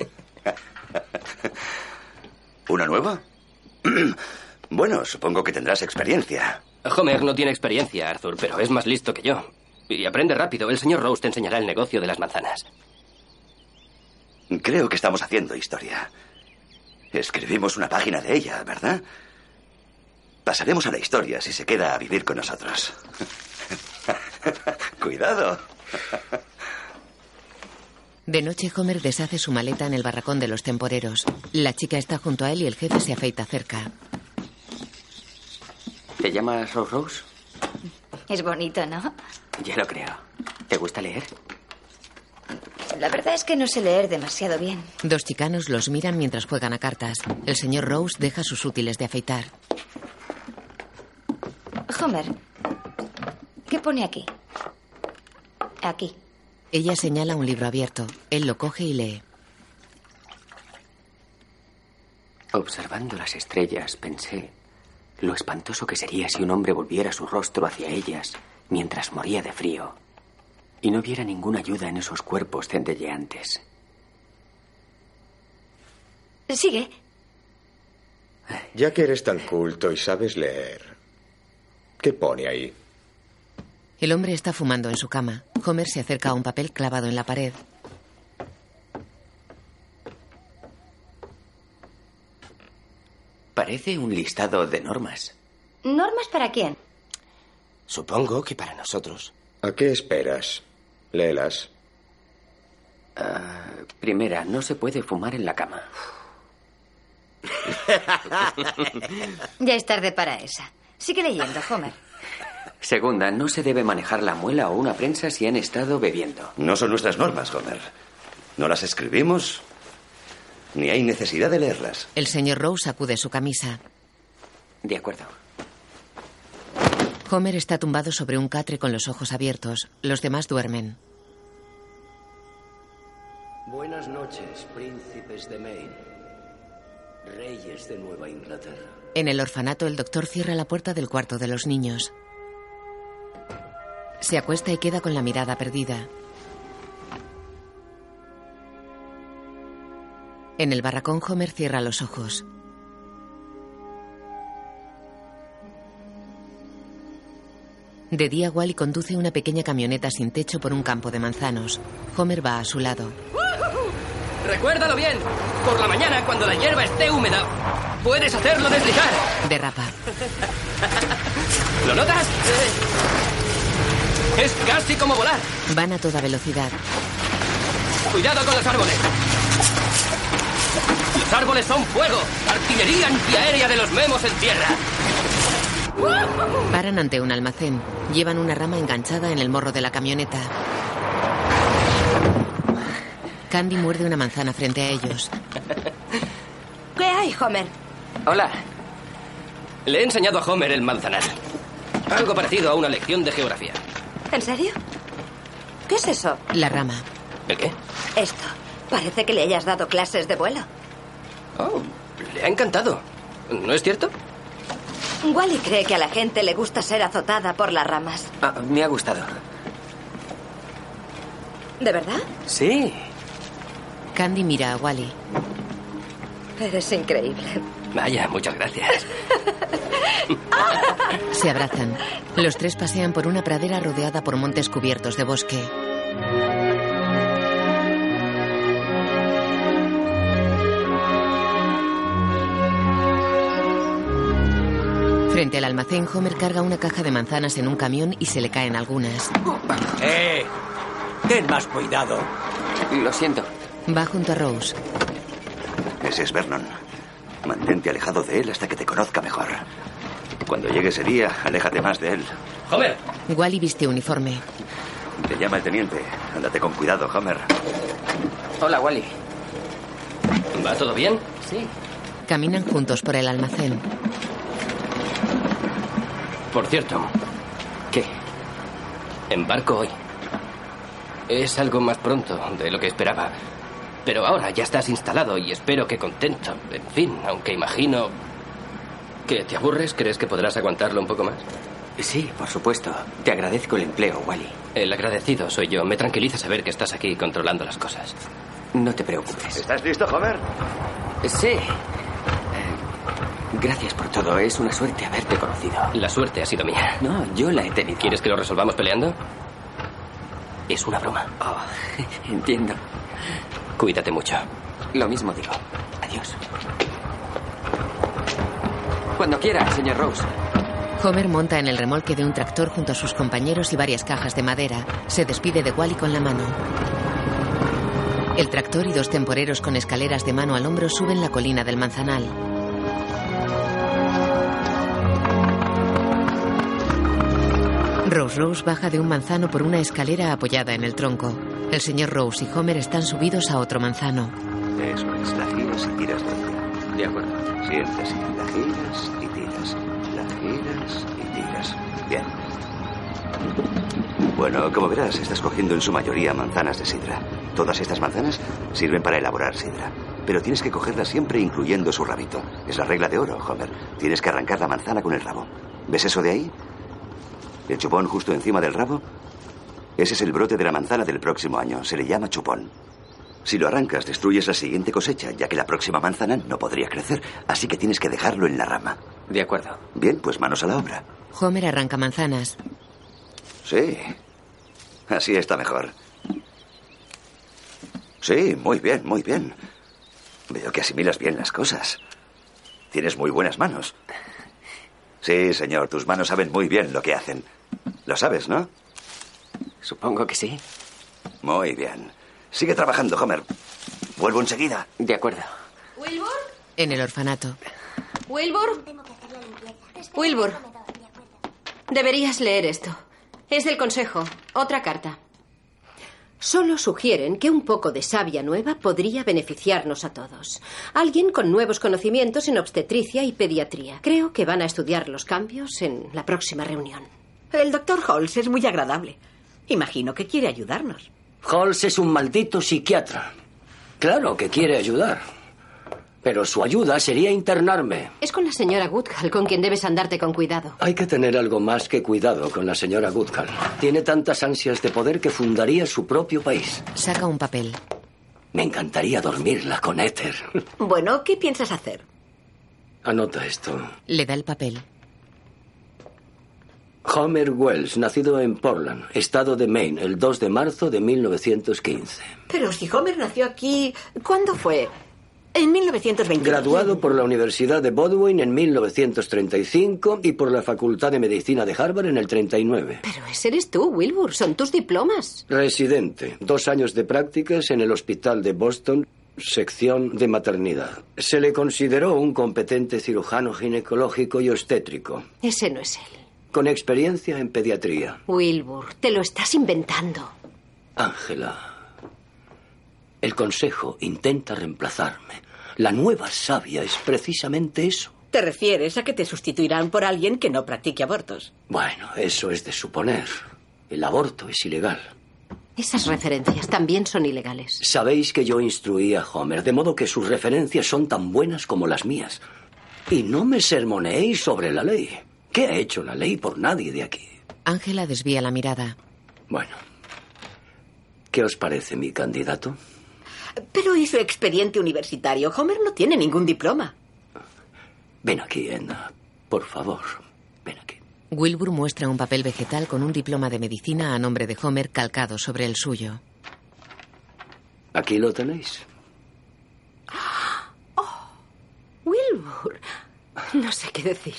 ¿Una nueva? Bueno, supongo que tendrás experiencia. Homer no tiene experiencia, Arthur, pero es más listo que yo. Y aprende rápido. El señor Rose te enseñará el negocio de las manzanas. Creo que estamos haciendo historia. Escribimos una página de ella, ¿verdad? Pasaremos a la historia si se queda a vivir con nosotros. Cuidado. De noche, Homer deshace su maleta en el barracón de los temporeros. La chica está junto a él y el jefe se afeita cerca. ¿Te llamas Rose Rose? Es bonito, ¿no? Ya lo creo. ¿Te gusta leer? La verdad es que no sé leer demasiado bien. Dos chicanos los miran mientras juegan a cartas. El señor Rose deja sus útiles de afeitar. Homer, ¿qué pone aquí? Aquí. Ella señala un libro abierto. Él lo coge y lee. Observando las estrellas, pensé lo espantoso que sería si un hombre volviera su rostro hacia ellas mientras moría de frío y no viera ninguna ayuda en esos cuerpos centelleantes. Sigue. Ya que eres tan culto y sabes leer, ¿qué pone ahí? El hombre está fumando en su cama. Homer se acerca a un papel clavado en la pared. Parece un listado de normas. ¿Normas para quién? Supongo que para nosotros. ¿A qué esperas? Léelas. Ah, primera, no se puede fumar en la cama. Ya es tarde para esa. Sigue leyendo, Homer. Segunda, no se debe manejar la muela o una prensa si han estado bebiendo. No son nuestras normas, Homer. No las escribimos, ni hay necesidad de leerlas. El señor Rose sacude su camisa. De acuerdo. Homer está tumbado sobre un catre con los ojos abiertos. Los demás duermen. Buenas noches, príncipes de Maine, reyes de Nueva Inglaterra. En el orfanato, el doctor cierra la puerta del cuarto de los niños. Se acuesta y queda con la mirada perdida. En el barracón, Homer cierra los ojos. De día, Wally conduce una pequeña camioneta sin techo por un campo de manzanos. Homer va a su lado. Recuérdalo bien. Por la mañana, cuando la hierba esté húmeda, puedes hacerlo deslizar. Derrapa. ¿Lo notas? Es casi como volar. Van a toda velocidad. Cuidado con los árboles. Los árboles son fuego. Artillería antiaérea de los memos en tierra. Paran ante un almacén. Llevan una rama enganchada en el morro de la camioneta. Candy muerde una manzana frente a ellos. ¿Qué hay, Homer? Hola. Le he enseñado a Homer el manzanar. Algo parecido a una lección de geografía. ¿En serio? ¿Qué es eso? La rama. ¿El qué? Esto. Parece que le hayas dado clases de vuelo. Oh, le ha encantado. ¿No es cierto? Wally cree que a la gente le gusta ser azotada por las ramas. Ah, me ha gustado. ¿De verdad? Sí. Candy mira a Wally. Eres increíble. Vaya, muchas gracias. Se abrazan. Los tres pasean por una pradera rodeada por montes cubiertos de bosque. Frente al almacén, Homer carga una caja de manzanas en un camión y se le caen algunas. ¡Eh! Ten más cuidado. Lo siento. Va junto a Rose. Ese es Vernon. Mantente alejado de él hasta que te conozca mejor. Cuando llegue ese día, aléjate más de él. ¡Homer! Wally viste uniforme. Te llama el teniente. Ándate con cuidado, Homer. Hola, Wally. ¿Va todo bien? Sí. Caminan juntos por el almacén. Por cierto, ¿qué? Embarco hoy. Es algo más pronto de lo que esperaba. Pero ahora ya estás instalado y espero que contento. En fin, aunque imagino que te aburres, ¿crees que podrás aguantarlo un poco más? Sí, por supuesto. Te agradezco el empleo, Wally. El agradecido soy yo. Me tranquiliza saber que estás aquí controlando las cosas. No te preocupes. ¿Estás listo, Homer? Sí. Gracias por todo. Es una suerte haberte conocido. La suerte ha sido mía. No, yo la he tenido. ¿Quieres que lo resolvamos peleando? Es una broma. Oh, entiendo. Cuídate mucho. Lo mismo digo. Adiós. Cuando quiera, señor Rose. Homer monta en el remolque de un tractor junto a sus compañeros y varias cajas de madera. Se despide de Wally con la mano. El tractor y dos temporeros con escaleras de mano al hombro suben la colina del manzanal. Rose Rose baja de un manzano por una escalera apoyada en el tronco. El señor Rose y Homer están subidos a otro manzano. Eso es, la giras y tiras de ella. De acuerdo. Sientas y la giras y tiras. La giras y tiras. Bien. Bueno, como verás, estás cogiendo en su mayoría manzanas de sidra. Todas estas manzanas sirven para elaborar sidra. Pero tienes que cogerlas siempre incluyendo su rabito. Es la regla de oro, Homer. Tienes que arrancar la manzana con el rabo. ¿Ves eso de ahí? El chupón justo encima del rabo. Ese es el brote de la manzana del próximo año. Se le llama chupón. Si lo arrancas, destruyes la siguiente cosecha, ya que la próxima manzana no podría crecer. Así que tienes que dejarlo en la rama. De acuerdo. Bien, pues manos a la obra. Homer arranca manzanas. Sí. Así está mejor. Sí, muy bien, muy bien. Veo que asimilas bien las cosas. Tienes muy buenas manos. Sí, señor, tus manos saben muy bien lo que hacen. Lo sabes, ¿no? Supongo que sí. Muy bien. Sigue trabajando, Homer. Vuelvo enseguida. De acuerdo. ¿Wilbur? En el orfanato. ¿Wilbur? Wilbur. Deberías leer esto. Es del consejo. Otra carta. Solo sugieren que un poco de savia nueva podría beneficiarnos a todos. Alguien con nuevos conocimientos en obstetricia y pediatría. Creo que van a estudiar los cambios en la próxima reunión. El doctor Holmes es muy agradable. Imagino que quiere ayudarnos. Holmes es un maldito psiquiatra. Claro que quiere ayudar. Pero su ayuda sería internarme. Es con la señora Goodhall con quien debes andarte con cuidado. Hay que tener algo más que cuidado con la señora Goodhall. Tiene tantas ansias de poder que fundaría su propio país. Saca un papel. Me encantaría dormirla con éter. Bueno, ¿qué piensas hacer? Anota esto. Le da el papel. Homer Wells, nacido en Portland, estado de Maine, el 2 de marzo de 1915. Pero si Homer nació aquí, ¿cuándo fue? En 1920. Graduado por la Universidad de Bodwin en 1935 y por la Facultad de Medicina de Harvard en el 39. Pero ese eres tú, Wilbur. Son tus diplomas. Residente. Dos años de prácticas en el Hospital de Boston, sección de maternidad. Se le consideró un competente cirujano ginecológico y obstétrico. Ese no es él. Con experiencia en pediatría. Wilbur, te lo estás inventando. Ángela. El consejo intenta reemplazarme. La nueva sabia es precisamente eso. ¿Te refieres a que te sustituirán por alguien que no practique abortos? Bueno, eso es de suponer. El aborto es ilegal. Esas referencias también son ilegales. Sabéis que yo instruí a Homer, de modo que sus referencias son tan buenas como las mías. Y no me sermoneéis sobre la ley. ¿Qué ha hecho la ley por nadie de aquí? Ángela desvía la mirada. Bueno, ¿qué os parece mi candidato? Pero hizo expediente universitario. Homer no tiene ningún diploma. Ven aquí, Edna. Por favor, ven aquí. Wilbur muestra un papel vegetal con un diploma de medicina a nombre de Homer calcado sobre el suyo. Aquí lo tenéis. Oh, Wilbur. No sé qué decir.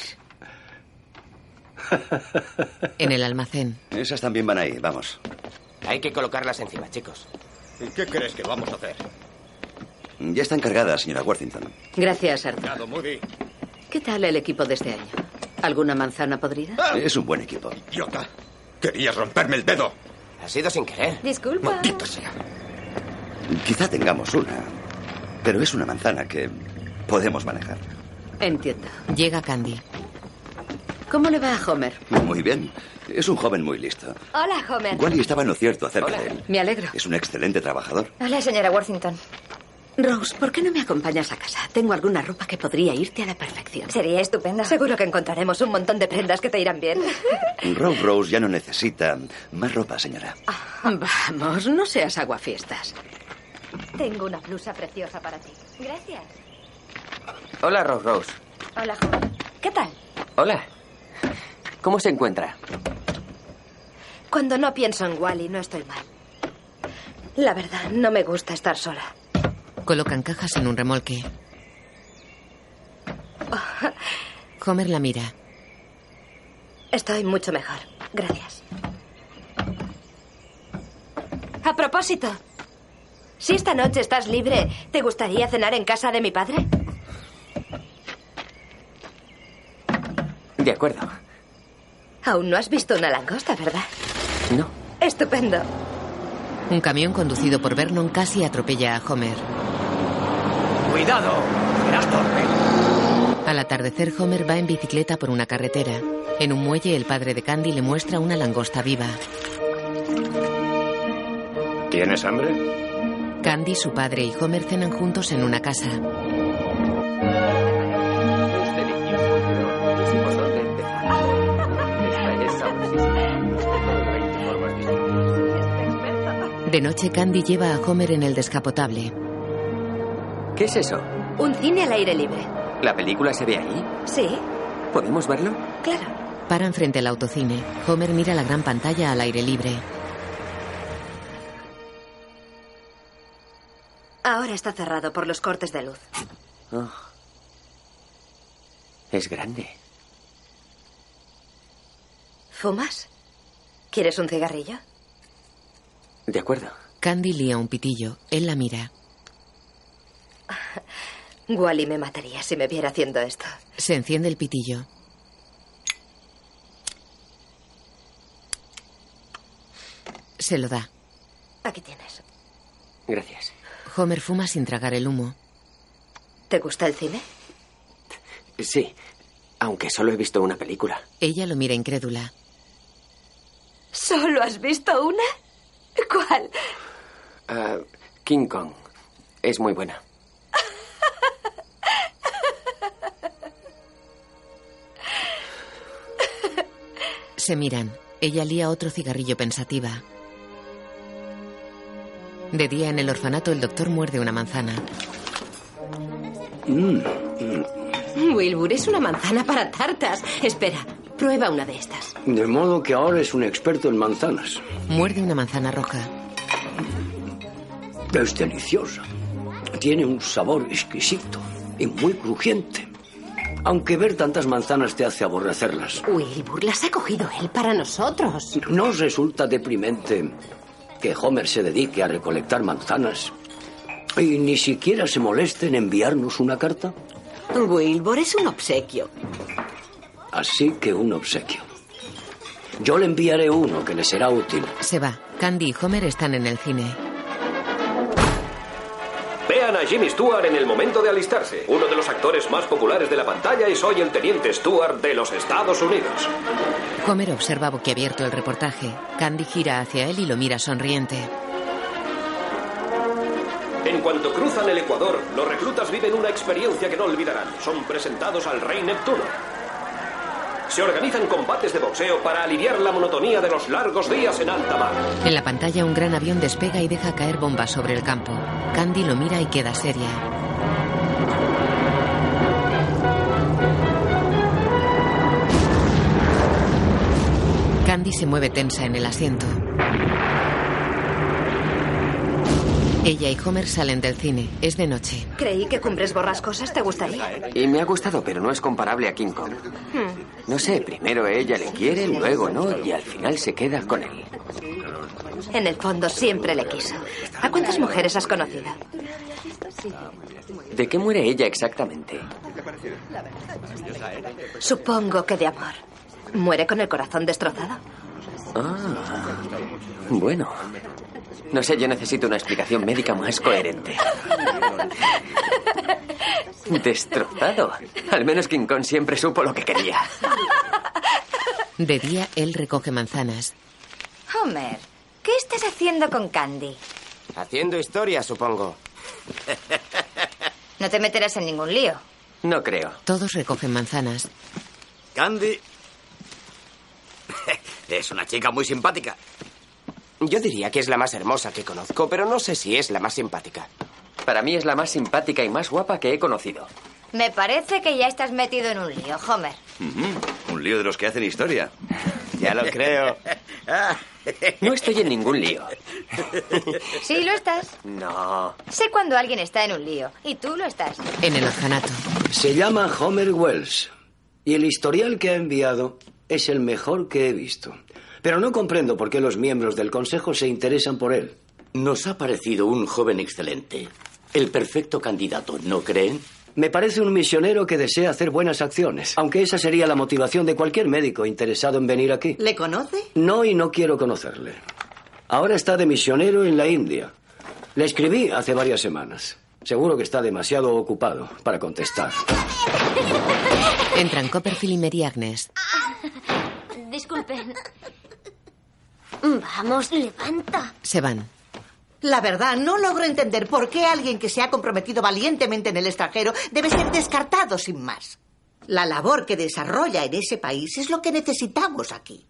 en el almacén. Esas también van ahí, vamos. Hay que colocarlas encima, chicos. ¿Y qué crees que vamos a hacer? Ya está encargada, señora Worthington. Gracias, Arthur. Moody. ¿Qué tal el equipo de este año? ¿Alguna manzana podrida? Ah. Es un buen equipo. ¡Idiota! ¡Querías romperme el dedo! Ha sido sin querer. Disculpa. ¡Maldito sea! Quizá tengamos una, pero es una manzana que podemos manejar. Entiendo. Llega Candy. ¿Cómo le va a Homer? Muy bien. Es un joven muy listo. Hola, Homer. Wally estaba en lo cierto acerca de él. Me alegro. Es un excelente trabajador. Hola, señora Worthington. Rose, ¿por qué no me acompañas a casa? Tengo alguna ropa que podría irte a la perfección. Sería estupenda. Seguro que encontraremos un montón de prendas que te irán bien. Rose Rose ya no necesita más ropa, señora. Ah, vamos, no seas aguafiestas. Tengo una blusa preciosa para ti. Gracias. Hola, Rose Rose. Hola, Homer. ¿Qué tal? Hola. ¿Cómo se encuentra? Cuando no pienso en Wally, no estoy mal. La verdad, no me gusta estar sola. Colocan cajas en un remolque. Oh, Homer la mira. Estoy mucho mejor. Gracias. A propósito, si esta noche estás libre, ¿te gustaría cenar en casa de mi padre? De acuerdo. Aún no has visto una langosta, ¿verdad? No. Estupendo. Un camión conducido por Vernon casi atropella a Homer. ¡Cuidado! ¡Serás torpe! Al atardecer, Homer va en bicicleta por una carretera. En un muelle, el padre de Candy le muestra una langosta viva. ¿Tienes hambre? Candy, su padre y Homer cenan juntos en una casa. De noche, Candy lleva a Homer en el descapotable. ¿Qué es eso? Un cine al aire libre. ¿La película se ve allí? Sí. ¿Podemos verlo? Claro. Paran frente al autocine. Homer mira la gran pantalla al aire libre. Ahora está cerrado por los cortes de luz. Oh. Es grande. ¿Fumas? ¿Quieres un cigarrillo? De acuerdo. Candy lía un pitillo. Él la mira. Wally me mataría si me viera haciendo esto. Se enciende el pitillo. Se lo da. Aquí tienes. Gracias. Homer fuma sin tragar el humo. ¿Te gusta el cine? Sí, aunque solo he visto una película. Ella lo mira incrédula. ¿Solo has visto una? ¿Cuál? Uh, King Kong. Es muy buena. Se miran. Ella lía otro cigarrillo pensativa. De día en el orfanato, el doctor muerde una manzana. Mm. Wilbur, es una manzana para tartas. Espera, prueba una de estas. De modo que ahora es un experto en manzanas. Muerde una manzana roja. Es deliciosa. Tiene un sabor exquisito y muy crujiente. Aunque ver tantas manzanas te hace aborrecerlas. Wilbur, las ha cogido él para nosotros. ¿No resulta deprimente que Homer se dedique a recolectar manzanas y ni siquiera se moleste en enviarnos una carta? Wilbur es un obsequio. Así que un obsequio. Yo le enviaré uno que le será útil. Se va. Candy y Homer están en el cine. Vean a Jimmy Stewart en el momento de alistarse, uno de los actores más populares de la pantalla y soy el teniente Stewart de los Estados Unidos. Homer observa boquiabierto el reportaje. Candy gira hacia él y lo mira sonriente. En cuanto cruzan el Ecuador, los reclutas viven una experiencia que no olvidarán. Son presentados al rey Neptuno. Se organizan combates de boxeo para aliviar la monotonía de los largos días en alta mar. En la pantalla un gran avión despega y deja caer bombas sobre el campo. Candy lo mira y queda seria. Candy se mueve tensa en el asiento. Ella y Homer salen del cine. Es de noche. Creí que Cumbres Borrascosas te gustaría. Y me ha gustado, pero no es comparable a King Kong. Hmm. No sé, primero ella le quiere, luego no, y al final se queda con él. En el fondo siempre le quiso. ¿A cuántas mujeres has conocido? ¿De qué muere ella exactamente? Supongo que de amor. Muere con el corazón destrozado. Ah, bueno. No sé, yo necesito una explicación médica más coherente. Destrozado. Al menos King Kong siempre supo lo que quería. De día, él recoge manzanas. Homer, ¿qué estás haciendo con Candy? Haciendo historia, supongo. No te meterás en ningún lío. No creo. Todos recogen manzanas. Candy. Es una chica muy simpática. Yo diría que es la más hermosa que conozco, pero no sé si es la más simpática. Para mí es la más simpática y más guapa que he conocido. Me parece que ya estás metido en un lío, Homer. Ujú, Un lío de los que hacen historia. Ya lo creo. No estoy en ningún lío. Sí, lo estás. No. Sé cuando alguien está en un lío. Y tú lo estás. En el orfanato. Se llama Homer Wells y el historial que ha enviado es el mejor que he visto. Pero no comprendo por qué los miembros del Consejo se interesan por él. Nos ha parecido un joven excelente. El perfecto candidato, ¿no creen? Me parece un misionero que desea hacer buenas acciones, aunque esa sería la motivación de cualquier médico interesado en venir aquí. ¿Le conoce? No y no quiero conocerle. Ahora está de misionero en la India. Le escribí hace varias semanas. Seguro que está demasiado ocupado para contestar. Entran Copperfield y Mary Agnes. Disculpen. Vamos, levanta. Se van. La verdad, no logro entender por qué alguien que se ha comprometido valientemente en el extranjero debe ser descartado sin más. La labor que desarrolla en ese país es lo que necesitamos aquí.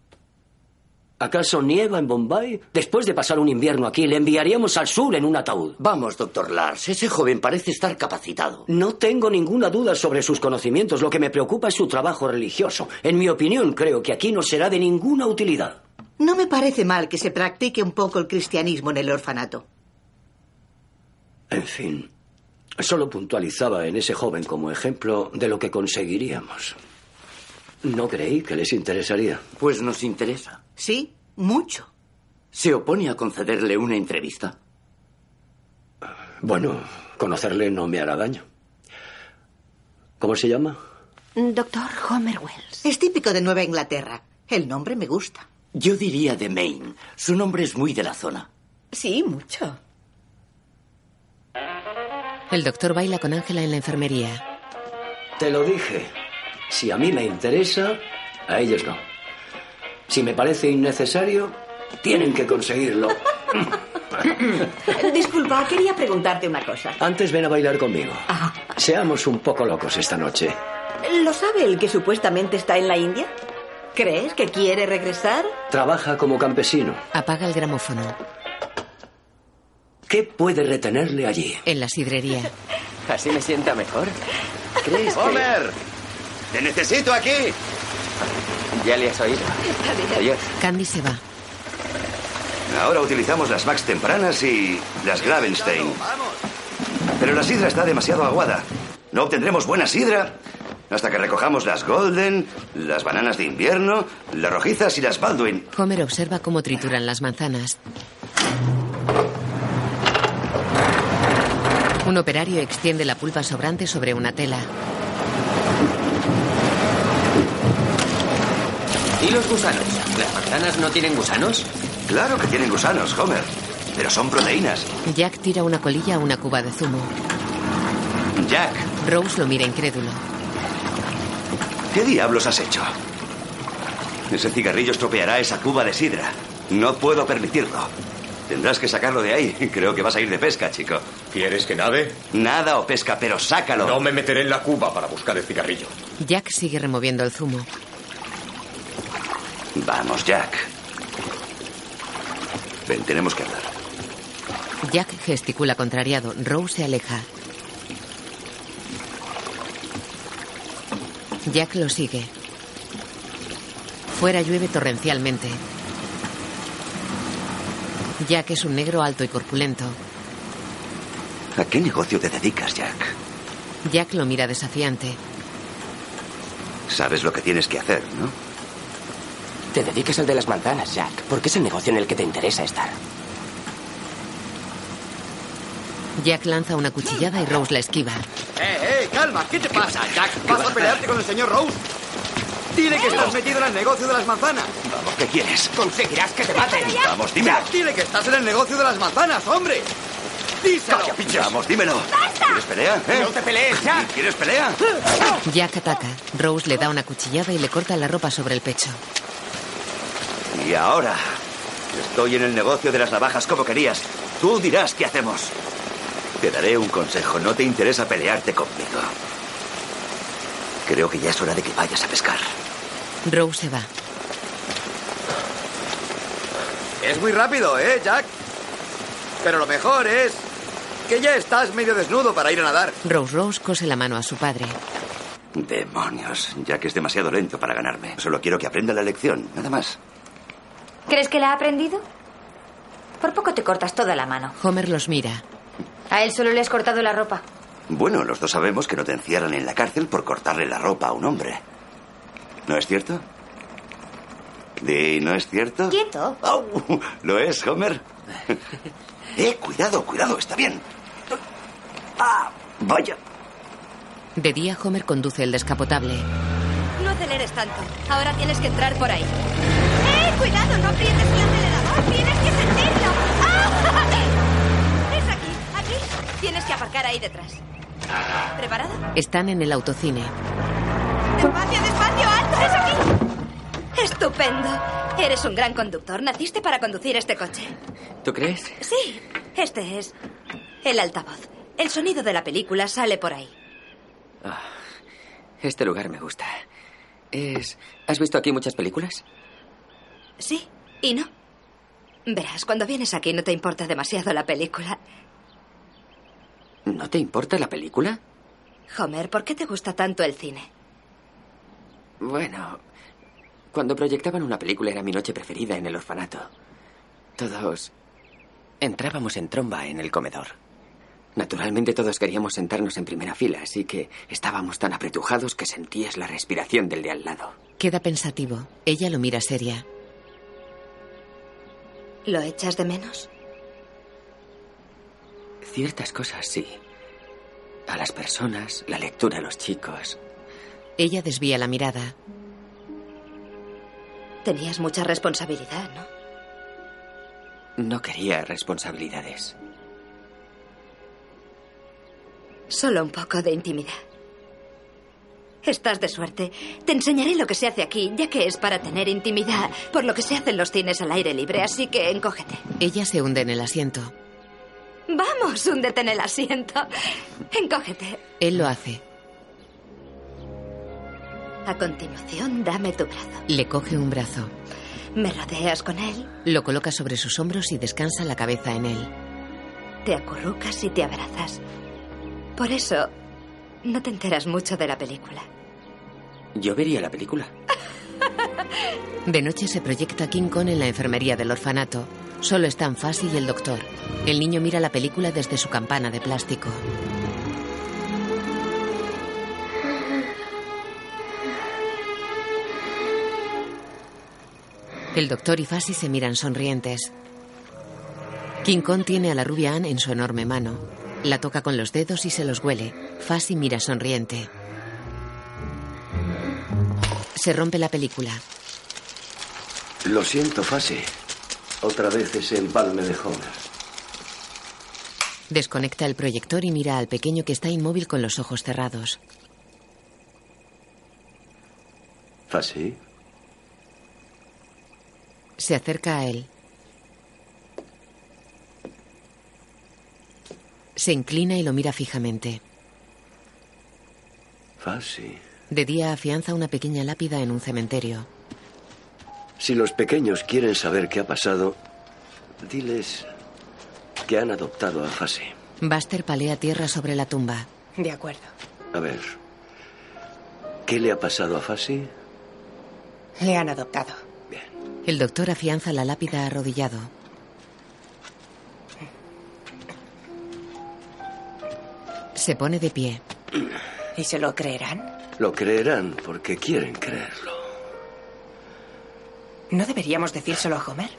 ¿Acaso nieva en Bombay? Después de pasar un invierno aquí, le enviaríamos al sur en un ataúd. Vamos, doctor Lars, ese joven parece estar capacitado. No tengo ninguna duda sobre sus conocimientos. Lo que me preocupa es su trabajo religioso. En mi opinión, creo que aquí no será de ninguna utilidad. No me parece mal que se practique un poco el cristianismo en el orfanato. En fin, solo puntualizaba en ese joven como ejemplo de lo que conseguiríamos. No creí que les interesaría. Pues nos interesa. Sí, mucho. ¿Se opone a concederle una entrevista? Bueno, conocerle no me hará daño. ¿Cómo se llama? Doctor Homer Wells. Es típico de Nueva Inglaterra. El nombre me gusta. Yo diría de Maine. Su nombre es muy de la zona. Sí, mucho. El doctor baila con Ángela en la enfermería. Te lo dije. Si a mí me interesa, a ellos no. Si me parece innecesario, tienen que conseguirlo. Disculpa, quería preguntarte una cosa. Antes ven a bailar conmigo. Seamos un poco locos esta noche. ¿Lo sabe el que supuestamente está en la India? ¿Crees que quiere regresar? Trabaja como campesino. Apaga el gramófono. ¿Qué puede retenerle allí? En la sidrería. Así me sienta mejor. ¿Crees que- ¡Homer! ¡Te necesito aquí! Ya le has oído. Adiós. Candy se va. Ahora utilizamos las Max tempranas y las Gravenstein. Pero la sidra está demasiado aguada. No obtendremos buena sidra hasta que recojamos las Golden, las bananas de invierno, las rojizas y las Baldwin. Homer observa cómo trituran las manzanas. Un operario extiende la pulpa sobrante sobre una tela. ¿Y los gusanos? ¿Las manzanas no tienen gusanos? Claro que tienen gusanos, Homer. Pero son proteínas. Jack tira una colilla a una cuba de zumo. Jack, Rose lo mira incrédulo. ¿qué diablos has hecho? Ese cigarrillo estropeará esa cuba de sidra. No puedo permitirlo. Tendrás que sacarlo de ahí. Creo que vas a ir de pesca, chico. ¿Quieres que nave? Nada o pesca, pero sácalo. No me meteré en la cuba para buscar el cigarrillo. Jack sigue removiendo el zumo. Vamos, Jack. Ven, tenemos que hablar. Jack gesticula contrariado. Rose se aleja. Jack lo sigue. Fuera llueve torrencialmente. Jack es un negro alto y corpulento. ¿A qué negocio te dedicas, Jack? Jack lo mira desafiante. Sabes lo que tienes que hacer, ¿no? Te dedicas al de las manzanas, Jack, porque es el negocio en el que te interesa estar. Jack lanza una cuchillada y Rose la esquiva. ¡Eh, eh! ¡Calma! ¿Qué te pasa, Jack? ¿Vas a pelearte con el señor Rose? Dile que estás metido en el negocio de las manzanas. Vamos, ¿qué quieres? Conseguirás que te maten. Vamos, dímelo. Jack, dile que estás en el negocio de las manzanas, hombre. Díselo. Vamos, dímelo. ¿Quieres pelea? eh? No te pelees, Jack. ¿Quieres pelea? Jack ataca. Rose le da una cuchillada y le corta la ropa sobre el pecho. Y ahora estoy en el negocio de las navajas como querías. Tú dirás qué hacemos. Te daré un consejo. No te interesa pelearte conmigo. Creo que ya es hora de que vayas a pescar. Rose se va. Es muy rápido, ¿eh, Jack? Pero lo mejor es que ya estás medio desnudo para ir a nadar. Rose Rose cose la mano a su padre. Demonios, ya que es demasiado lento para ganarme. Solo quiero que aprenda la lección, nada más. ¿Crees que la ha aprendido? Por poco te cortas toda la mano. Homer los mira. A él solo le has cortado la ropa. Bueno, los dos sabemos que no te encierran en la cárcel por cortarle la ropa a un hombre. ¿No es cierto? Di, ¿no es cierto? Quieto. Au, ¿Lo es, Homer? Eh, cuidado, cuidado, está bien. Ah, vaya. De día, Homer conduce el descapotable. No aceleres tanto. Ahora tienes que entrar por ahí. ¡Eh, cuidado! No aprietes el acelerador. Tienes que sentirlo. ¡Ah! Es aquí, aquí. Tienes que aparcar ahí detrás. ¿Preparado? Están en el autocine. Despacio, despacio, alto. Es aquí. Estupendo. Eres un gran conductor. Naciste para conducir este coche. ¿Tú crees? Sí, este es el altavoz. El sonido de la película sale por ahí. Ah, este lugar me gusta. Es. ¿Has visto aquí muchas películas? Sí y no. Verás, cuando vienes aquí no te importa demasiado la película. ¿No te importa la película? Homer, ¿por qué te gusta tanto el cine? Bueno, cuando proyectaban una película era mi noche preferida en el orfanato. Todos entrábamos en tromba en el comedor. Naturalmente todos queríamos sentarnos en primera fila, así que estábamos tan apretujados que sentías la respiración del de al lado. Queda pensativo. Ella lo mira seria. ¿Lo echas de menos? Ciertas cosas sí. A las personas, la lectura a los chicos. Ella desvía la mirada. Tenías mucha responsabilidad, ¿no? No quería responsabilidades. Solo un poco de intimidad. Estás de suerte. Te enseñaré lo que se hace aquí, ya que es para tener intimidad, por lo que se hacen los cines al aire libre, así que encógete. Ella se hunde en el asiento. Vamos, húndete en el asiento. Encógete. Él lo hace. A continuación, dame tu brazo. Le coge un brazo. Me rodeas con él, Lo coloca sobre sus hombros y descansa la cabeza en él. te acurrucas y te abrazas. Por eso, no te enteras mucho de la película. Yo vería la película. De noche se proyecta King Kong en la enfermería del orfanato. Solo están Fassi y el doctor. El niño mira la película desde su campana de plástico. El doctor y Fassi se miran sonrientes. King Kong tiene a la rubia Ann en su enorme mano. La toca con los dedos y se los huele. Fassi mira sonriente. Se rompe la película. Lo siento, Fase. Otra vez ese empalme de Homer. Desconecta el proyector y mira al pequeño que está inmóvil con los ojos cerrados. Fase, Se acerca a él. Se inclina y lo mira fijamente. Fase. De día afianza una pequeña lápida en un cementerio. Si los pequeños quieren saber qué ha pasado, diles que han adoptado a Fase. Buster palea tierra sobre la tumba. De acuerdo. A ver. ¿Qué le ha pasado a Fase? Le han adoptado. El doctor afianza la lápida arrodillado. Se pone de pie. ¿Y se lo creerán? Lo creerán porque quieren creerlo. ¿No deberíamos decírselo a Homer?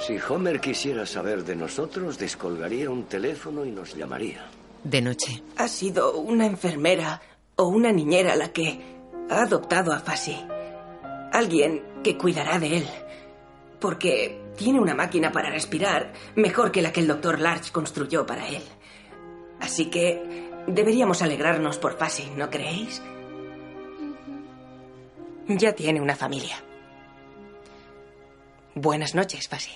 Si Homer quisiera saber de nosotros, descolgaría un teléfono y nos llamaría. De noche. Ha sido una enfermera o una niñera la que ha adoptado a Fassi. Alguien que cuidará de él. Porque tiene una máquina para respirar mejor que la que el doctor Larch construyó para él. Así que deberíamos alegrarnos por Fassi, ¿no creéis? Ya tiene una familia. Buenas noches, Fassi.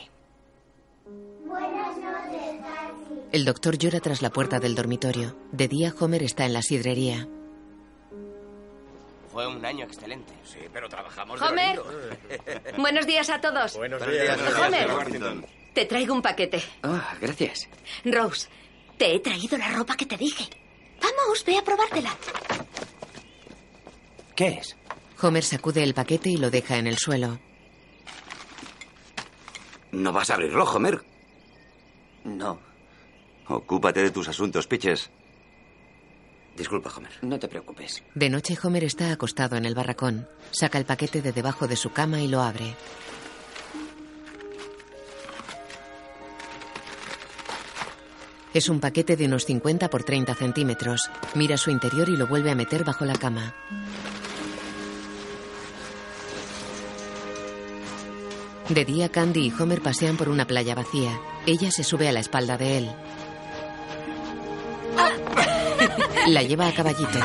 El doctor llora tras la puerta del dormitorio. De día, Homer está en la sidrería. Fue un año excelente. Sí, pero trabajamos de Homer. Buenos días a todos. Buenos días. Homer. Te traigo un paquete. Ah, gracias. Rose, te he traído la ropa que te dije. Vamos, ve a probártela. ¿Qué es? Homer sacude el paquete y lo deja en el suelo. ¿No vas a abrirlo, Homer? No. Ocúpate de tus asuntos, Pitches. Disculpa, Homer. No te preocupes. De noche, Homer está acostado en el barracón. Saca el paquete de debajo de su cama y lo abre. Es un paquete de unos 50 por 30 centímetros. Mira su interior y lo vuelve a meter bajo la cama. De día, Candy y Homer pasean por una playa vacía. Ella se sube a la espalda de él. La lleva a caballito.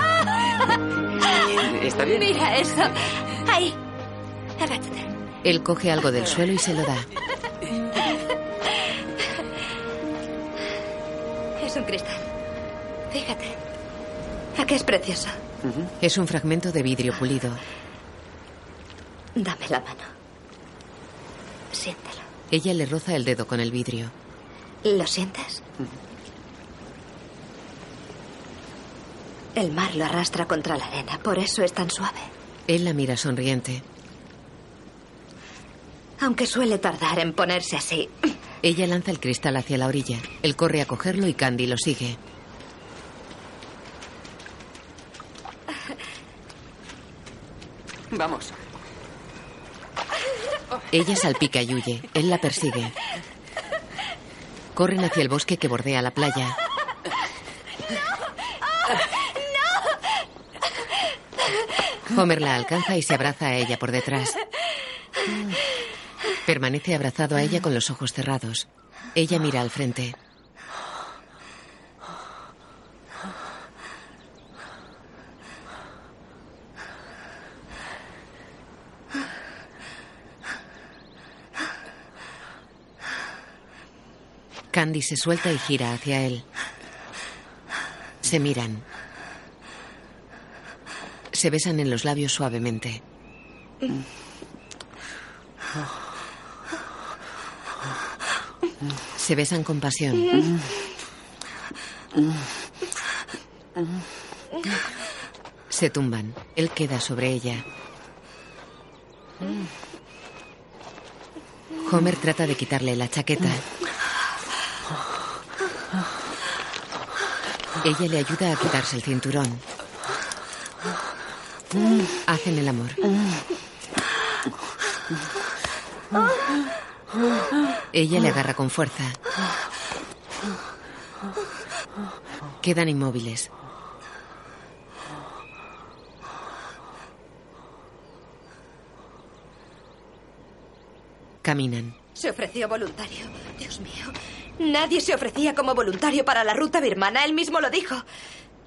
¿Está bien? Mira eso. Ahí. Agachate. Él coge algo del suelo y se lo da. Es un cristal. Fíjate. ¿A qué es precioso? Es un fragmento de vidrio pulido. Dame la mano. Siéntelo. Ella le roza el dedo con el vidrio. ¿Lo sientes? El mar lo arrastra contra la arena, por eso es tan suave. Él la mira sonriente. Aunque suele tardar en ponerse así. Ella lanza el cristal hacia la orilla. Él corre a cogerlo y Candy lo sigue. Vamos. Ella salpica y huye. Él la persigue. Corren hacia el bosque que bordea la playa. Homer la alcanza y se abraza a ella por detrás. Permanece abrazado a ella con los ojos cerrados. Ella mira al frente. Candy se suelta y gira hacia él. Se miran. Se besan en los labios suavemente. Se besan con pasión. Se tumban. Él queda sobre ella. Homer trata de quitarle la chaqueta. Ella le ayuda a quitarse el cinturón. Hacen el amor. Ella le agarra con fuerza. Quedan inmóviles. Caminan. Se ofreció voluntario. Dios mío. Nadie se ofrecía como voluntario para la ruta birmana. Él mismo lo dijo.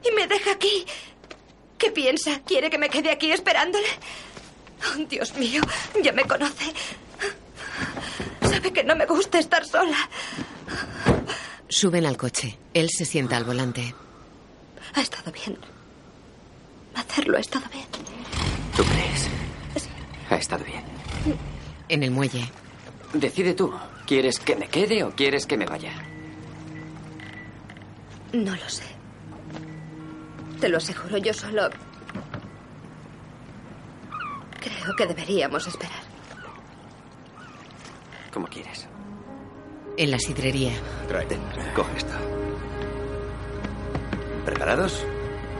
Y me deja aquí. ¿Qué piensa? ¿Quiere que me quede aquí esperándole? Oh, Dios mío, ya me conoce. Sabe que no me gusta estar sola. Suben al coche. Él se sienta al volante. Ha estado bien. Hacerlo ha estado bien. ¿Tú crees? Ha estado bien. En el muelle. Decide tú. ¿Quieres que me quede o quieres que me vaya? No lo sé. Te lo aseguro, yo solo... Creo que deberíamos esperar. Como quieres. En la sidrería. Ten, coge esto. ¿Preparados?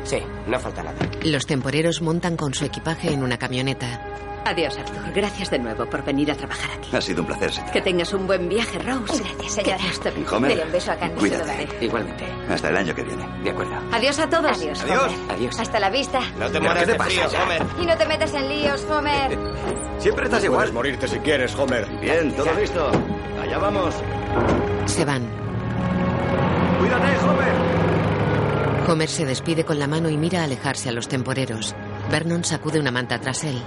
Sí, no falta nada. Los temporeros montan con su equipaje en una camioneta. Adiós, Arthur. Gracias de nuevo por venir a trabajar aquí. Ha sido un placer, señora. Que tengas un buen viaje, Rose. Gracias, señora. Y Homer, Dele un beso a Candy. cuídate. se lo daré. Igualmente. Hasta el año que viene. De acuerdo. Adiós a todos. Adiós. Adiós. Adiós. Hasta la vista. No te Pero ¿qué mueras te de pasa frío, ya? Homer. Y no te metas en líos, Homer. Siempre estás Puedes igual. morirte si quieres, Homer. Bien, todo listo. Allá vamos. Se van. Cuídate, Homer. Homer se despide con la mano y mira alejarse a los temporeros. Vernon sacude una manta tras él.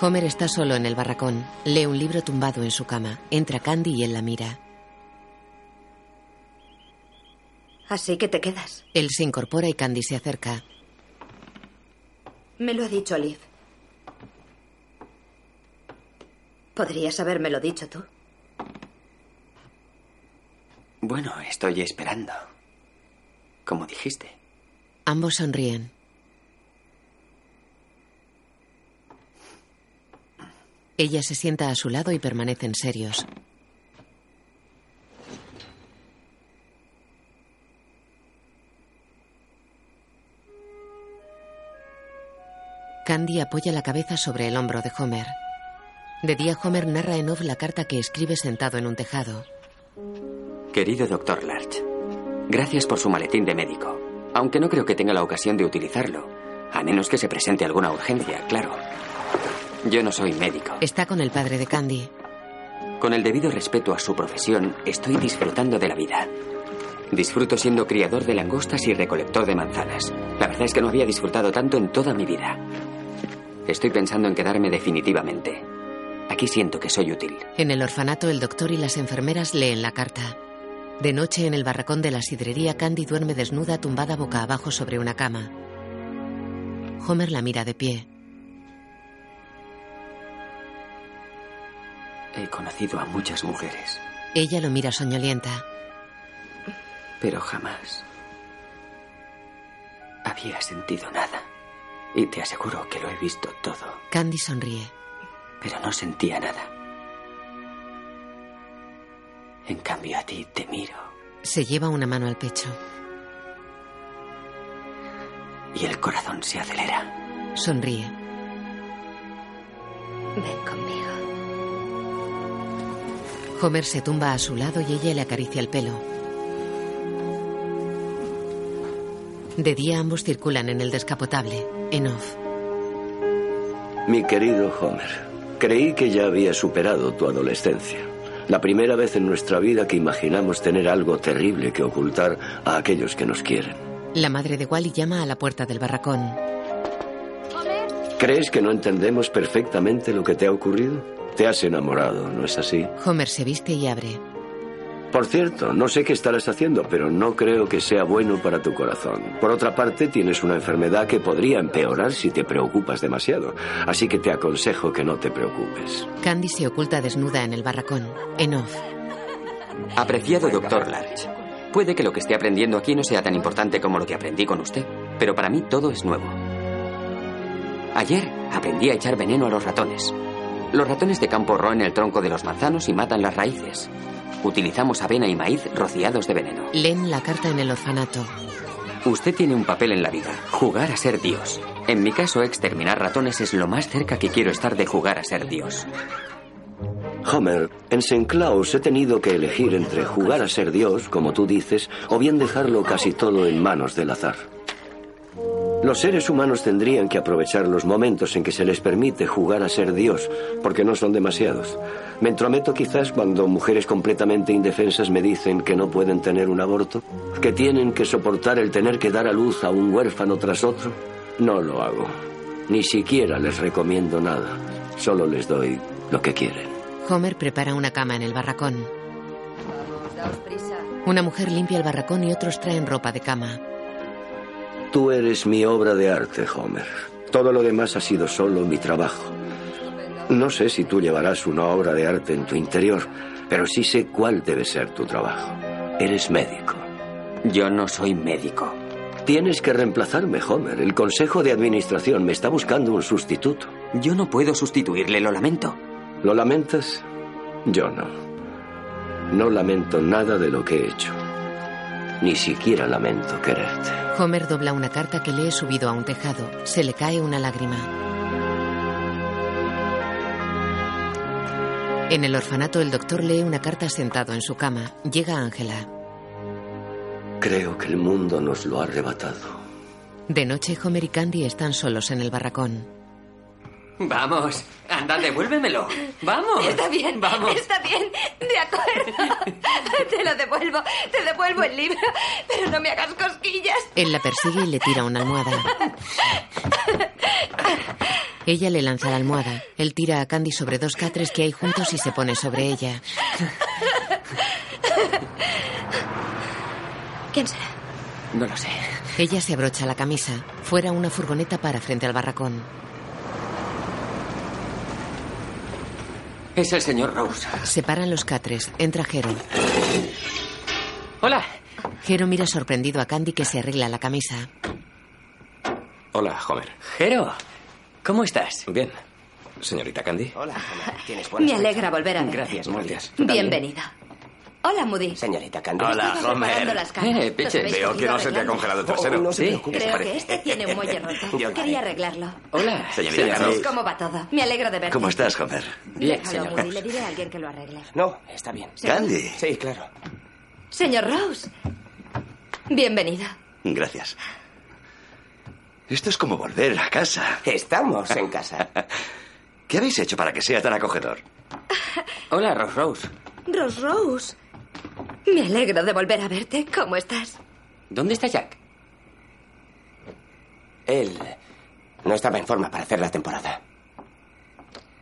Homer está solo en el barracón. Lee un libro tumbado en su cama. Entra Candy y él la mira. Así que te quedas. Él se incorpora y Candy se acerca. Me lo ha dicho Liv. Podrías habérmelo dicho tú. Bueno, estoy esperando. Como dijiste. Ambos sonríen. Ella se sienta a su lado y permanecen serios. Candy apoya la cabeza sobre el hombro de Homer. De día, Homer narra en off la carta que escribe sentado en un tejado. Querido doctor Larch, gracias por su maletín de médico, aunque no creo que tenga la ocasión de utilizarlo, a menos que se presente alguna urgencia, claro. Yo no soy médico. Está con el padre de Candy. Con el debido respeto a su profesión, estoy disfrutando de la vida. Disfruto siendo criador de langostas y recolector de manzanas. La verdad es que no había disfrutado tanto en toda mi vida. Estoy pensando en quedarme definitivamente. Aquí siento que soy útil. En el orfanato, el doctor y las enfermeras leen la carta. De noche, en el barracón de la sidrería, Candy duerme desnuda, tumbada boca abajo sobre una cama. Homer la mira de pie. He conocido a muchas mujeres, Ella lo mira soñolienta. pero jamás había sentido nada. Y te aseguro que lo he visto todo, Candy sonríe. pero no sentía nada. En cambio a ti te miro Se lleva una mano al pecho. y el corazón se acelera. Sonríe. Ven conmigo. Homer se tumba a su lado y ella le acaricia el pelo. De día ambos circulan en el descapotable, en off. Mi querido Homer, creí que ya había superado tu adolescencia. La primera vez en nuestra vida que imaginamos tener algo terrible que ocultar a aquellos que nos quieren. La madre de Wally llama a la puerta del barracón. ¿Crees que no entendemos perfectamente lo que te ha ocurrido? Te has enamorado, ¿no es así? Homer se viste y abre. Por cierto, no sé qué estarás haciendo, pero no creo que sea bueno para tu corazón. Por otra parte, tienes una enfermedad que podría empeorar si te preocupas demasiado, así que te aconsejo que no te preocupes. Candy se oculta desnuda en el barracón, en off. Apreciado doctor Larch, puede que lo que esté aprendiendo aquí no sea tan importante como lo que aprendí con usted, pero para mí todo es nuevo. Ayer aprendí a echar veneno a los ratones. Los ratones de campo roen el tronco de los manzanos y matan las raíces. Utilizamos avena y maíz rociados de veneno. Leen la carta en el orfanato. Usted tiene un papel en la vida, jugar a ser Dios. En mi caso, exterminar ratones es lo más cerca que quiero estar de jugar a ser Dios. Homer, en St. Claus he tenido que elegir entre jugar a ser Dios, como tú dices, o bien dejarlo casi todo en manos del azar. Los seres humanos tendrían que aprovechar los momentos en que se les permite jugar a ser Dios, porque no son demasiados. Me entrometo quizás cuando mujeres completamente indefensas me dicen que no pueden tener un aborto, que tienen que soportar el tener que dar a luz a un huérfano tras otro. No lo hago. Ni siquiera les recomiendo nada. Solo les doy lo que quieren. Homer prepara una cama en el barracón. Una mujer limpia el barracón y otros traen ropa de cama. Tú eres mi obra de arte, Homer. Todo lo demás ha sido solo mi trabajo. No sé si tú llevarás una obra de arte en tu interior, pero sí sé cuál debe ser tu trabajo. Eres médico. Yo no soy médico. Tienes que reemplazarme, Homer. El Consejo de Administración me está buscando un sustituto. Yo no puedo sustituirle, lo lamento. ¿Lo lamentas? Yo no. No lamento nada de lo que he hecho. Ni siquiera lamento quererte. Homer dobla una carta que lee subido a un tejado. Se le cae una lágrima. En el orfanato, el doctor lee una carta sentado en su cama. Llega Ángela. Creo que el mundo nos lo ha arrebatado. De noche, Homer y Candy están solos en el barracón. Vamos, anda, devuélvemelo. Vamos. Está bien, Vamos. está bien, de acuerdo. Te lo devuelvo, te devuelvo el libro, pero no me hagas cosquillas. Él la persigue y le tira una almohada. Ella le lanza la almohada. Él tira a Candy sobre dos catres que hay juntos y se pone sobre ella. ¿Quién será? No lo sé. Ella se abrocha la camisa. Fuera una furgoneta para frente al barracón. Es el señor Rose. Separan los catres. Entra Jero. Hola. Jero mira sorprendido a Candy que se arregla la camisa. Hola, Homer. Jero, ¿cómo estás? Ah, Bien. Señorita Candy. Hola, Homer. Tienes Me alegra volver a verte. Gracias, gracias. Bienvenido. Hola, Moody. Señorita Candy. Hola, Estaba Homer. preparando las cajas. Eh, Piche, Los habéis veo que venido no se te ha arreglando. congelado el trasero. Oh, no se Sí. preocupe. Creo Parece- que este tiene un muelle roto. Yo- Quería arreglarlo. Hola, Señorita señor Candy. Rose. ¿Cómo va todo? Me alegro de verte. ¿Cómo estás, Homer? Déjalo, Moody. Le diré a alguien que lo arregle. No, está bien. ¿Seguro? Candy. Sí, claro. Señor Rose. Bienvenido. Gracias. Esto es como volver a casa. Estamos en casa. ¿Qué habéis hecho para que sea tan acogedor? Hola, Rose Rose. Rose Rose. Me alegro de volver a verte. ¿Cómo estás? ¿Dónde está Jack? Él no estaba en forma para hacer la temporada.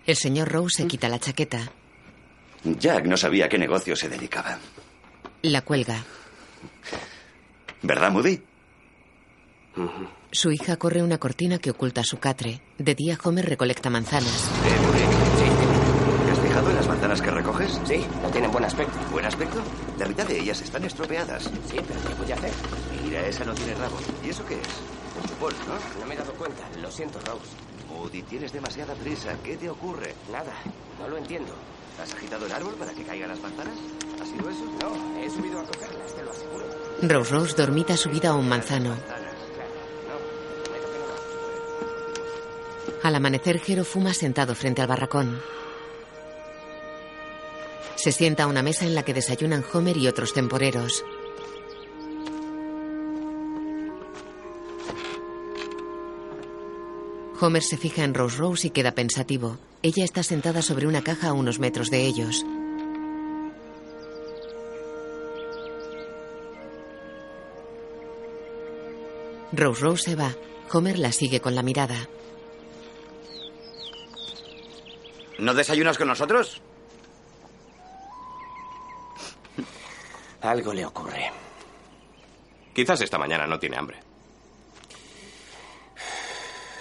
El señor Rose se quita la chaqueta. Jack no sabía a qué negocio se dedicaba. La cuelga. ¿Verdad, Moody? Su hija corre una cortina que oculta su catre. De día, Homer recolecta manzanas. Eh, ¿Te has fijado en las manzanas que recoges? Sí, no tienen buen aspecto. ¿Buen aspecto? La mitad de ellas están estropeadas. Sí, pero ¿qué voy a hacer? Mira, esa no tiene rabo. ¿Y eso qué es? Un chupón, ¿no? No me he dado cuenta. Lo siento, Rose. Moody, tienes demasiada prisa. ¿Qué te ocurre? Nada, no lo entiendo. ¿Has agitado el árbol para que caigan las manzanas? ¿Ha sido eso? No, he subido a cogerlas, te lo aseguro. Rose Rose dormita subida a un manzano. Al amanecer, Jero fuma sentado frente al barracón. Se sienta a una mesa en la que desayunan Homer y otros temporeros. Homer se fija en Rose Rose y queda pensativo. Ella está sentada sobre una caja a unos metros de ellos. Rose Rose se va. Homer la sigue con la mirada. ¿No desayunas con nosotros? Algo le ocurre. Quizás esta mañana no tiene hambre.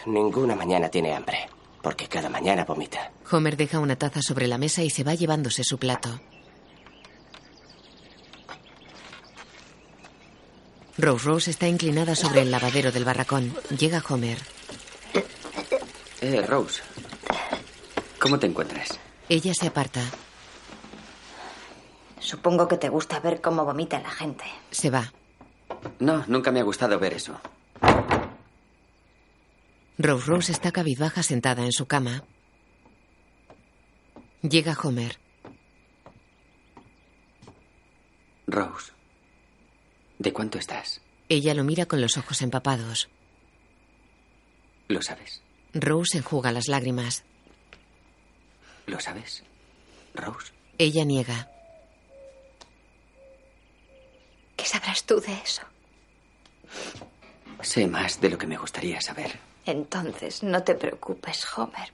Ninguna mañana tiene hambre, porque cada mañana vomita. Homer deja una taza sobre la mesa y se va llevándose su plato. Rose Rose está inclinada sobre el lavadero del barracón. Llega Homer. Eh, Rose. ¿Cómo te encuentras? Ella se aparta. Supongo que te gusta ver cómo vomita la gente. Se va. No, nunca me ha gustado ver eso. Rose Rose está cabizbaja sentada en su cama. Llega Homer. Rose. ¿De cuánto estás? Ella lo mira con los ojos empapados. Lo sabes. Rose enjuga las lágrimas. Lo sabes. Rose. Ella niega. ¿Qué sabrás tú de eso? Sé más de lo que me gustaría saber. Entonces, no te preocupes, Homer.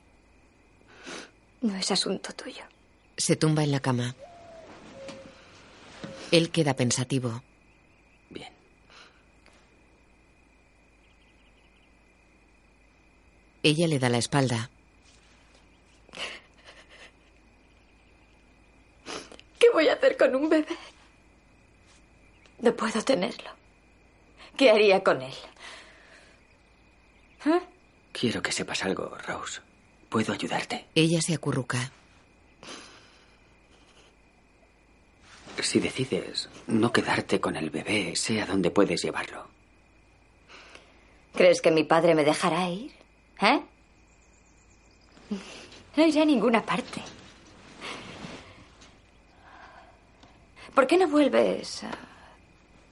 No es asunto tuyo. Se tumba en la cama. Él queda pensativo. Bien. Ella le da la espalda. ¿Qué voy a hacer con un bebé? No puedo tenerlo. ¿Qué haría con él? ¿Eh? Quiero que sepas algo, Rose. Puedo ayudarte. Ella se acurruca. Si decides no quedarte con el bebé, sé a dónde puedes llevarlo. ¿Crees que mi padre me dejará ir? ¿Eh? No iré a ninguna parte. ¿Por qué no vuelves a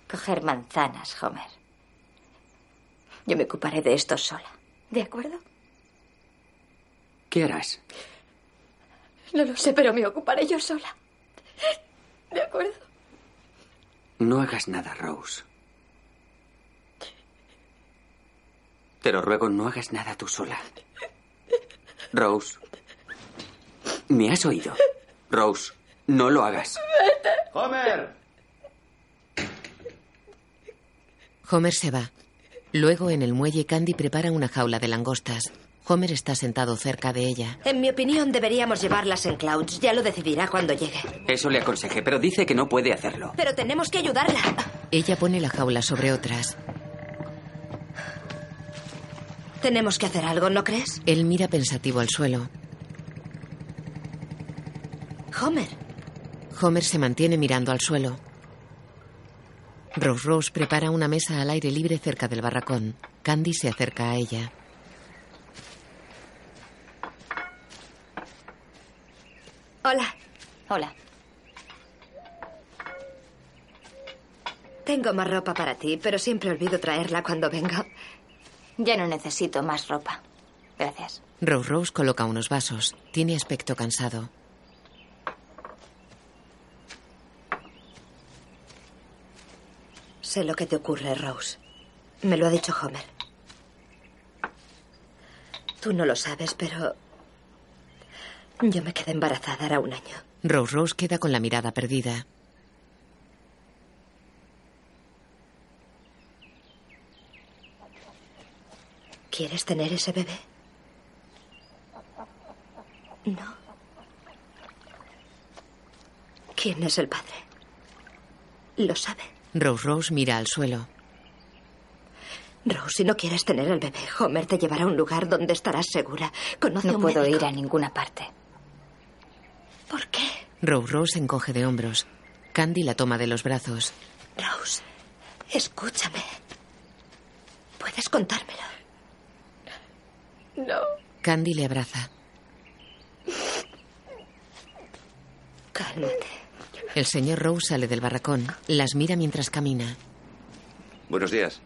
coger manzanas, Homer? Yo me ocuparé de esto sola, ¿de acuerdo? ¿Qué harás? No lo sé, pero me ocuparé yo sola. ¿De acuerdo? No hagas nada, Rose. Te lo ruego, no hagas nada tú sola. Rose. ¿Me has oído? Rose, no lo hagas. ¡Homer! Homer se va. Luego, en el muelle, Candy prepara una jaula de langostas. Homer está sentado cerca de ella. En mi opinión, deberíamos llevarlas en clouds. Ya lo decidirá cuando llegue. Eso le aconsejé, pero dice que no puede hacerlo. Pero tenemos que ayudarla. Ella pone la jaula sobre otras. Tenemos que hacer algo, ¿no crees? Él mira pensativo al suelo. Homer. Homer se mantiene mirando al suelo. Rose Rose prepara una mesa al aire libre cerca del barracón. Candy se acerca a ella. Hola. Hola. Tengo más ropa para ti, pero siempre olvido traerla cuando vengo. Ya no necesito más ropa. Gracias. Rose Rose coloca unos vasos. Tiene aspecto cansado. Sé lo que te ocurre, Rose. Me lo ha dicho Homer. Tú no lo sabes, pero yo me quedé embarazada hará un año. Rose Rose queda con la mirada perdida. ¿Quieres tener ese bebé? No. ¿Quién es el padre? Lo sabe. Rose Rose mira al suelo. Rose, si no quieres tener el bebé, Homer te llevará a un lugar donde estarás segura. Conoce No a un puedo médico. ir a ninguna parte. ¿Por qué? Rose Rose encoge de hombros. Candy la toma de los brazos. Rose, escúchame. ¿Puedes contármelo? No. Candy le abraza. Cálmate. El señor Rose sale del barracón. Las mira mientras camina. Buenos días.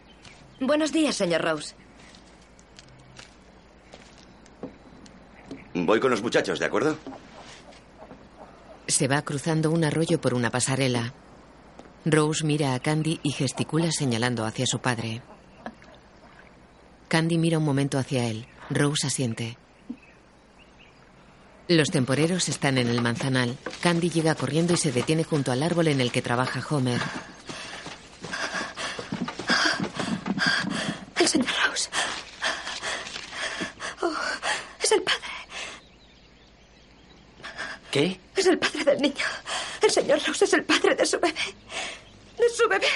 Buenos días, señor Rose. Voy con los muchachos, ¿de acuerdo? Se va cruzando un arroyo por una pasarela. Rose mira a Candy y gesticula señalando hacia su padre. Candy mira un momento hacia él. Rose asiente. Los temporeros están en el manzanal. Candy llega corriendo y se detiene junto al árbol en el que trabaja Homer. El señor Rose. Oh, es el padre. ¿Qué? Es el padre del niño. El señor Rose es el padre de su bebé. De su bebé.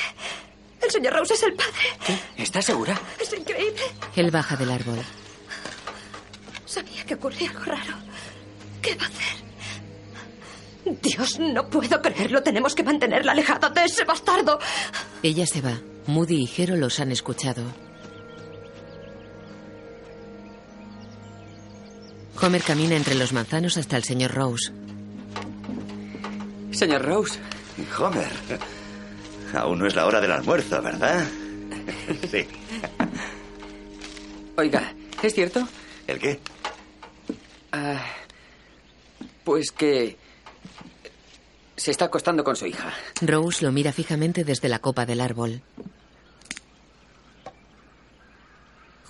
El señor Rose es el padre. ¿Estás segura? Es increíble. Él baja del árbol. Sabía que ocurría algo raro. ¿Qué va a hacer? Dios, no puedo creerlo. Tenemos que mantenerla alejada de ese bastardo. Ella se va. Moody y Hero los han escuchado. Homer camina entre los manzanos hasta el señor Rose. Señor Rose. Homer. Aún no es la hora del almuerzo, ¿verdad? Sí. Oiga, ¿es cierto? ¿El qué? Ah, pues que se está acostando con su hija. Rose lo mira fijamente desde la copa del árbol.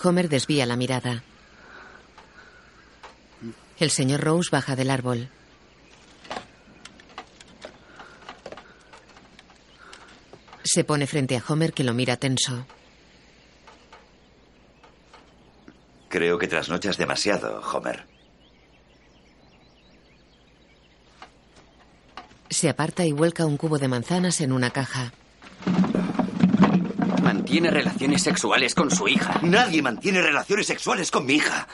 Homer desvía la mirada. El señor Rose baja del árbol. Se pone frente a Homer que lo mira tenso. Creo que trasnochas demasiado, Homer. Se aparta y vuelca un cubo de manzanas en una caja. Mantiene relaciones sexuales con su hija. Nadie mantiene relaciones sexuales con mi hija.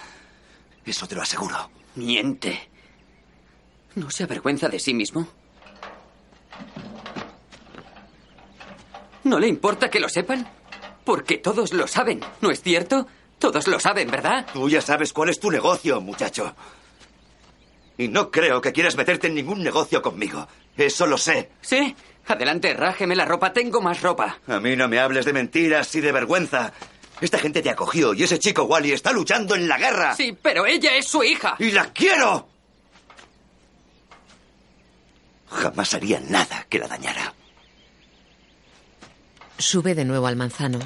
Eso te lo aseguro. Miente. ¿No se avergüenza de sí mismo? ¿No le importa que lo sepan? Porque todos lo saben, ¿no es cierto? Todos lo saben, ¿verdad? Tú ya sabes cuál es tu negocio, muchacho. Y no creo que quieras meterte en ningún negocio conmigo. Eso lo sé. Sí. Adelante, rájeme la ropa. Tengo más ropa. A mí no me hables de mentiras y de vergüenza. Esta gente te acogió y ese chico Wally está luchando en la guerra. Sí, pero ella es su hija. ¡Y la quiero! Jamás haría nada que la dañara. Sube de nuevo al manzano.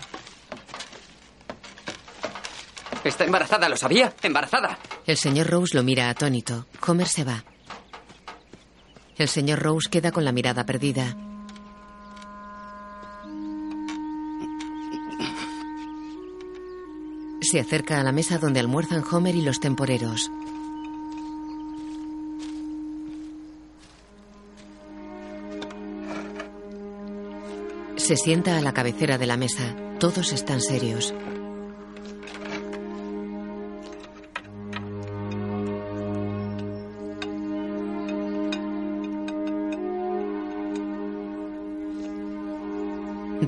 Está embarazada, lo sabía. Embarazada. El señor Rose lo mira atónito. Homer se va. El señor Rose queda con la mirada perdida. Se acerca a la mesa donde almuerzan Homer y los temporeros. Se sienta a la cabecera de la mesa. Todos están serios.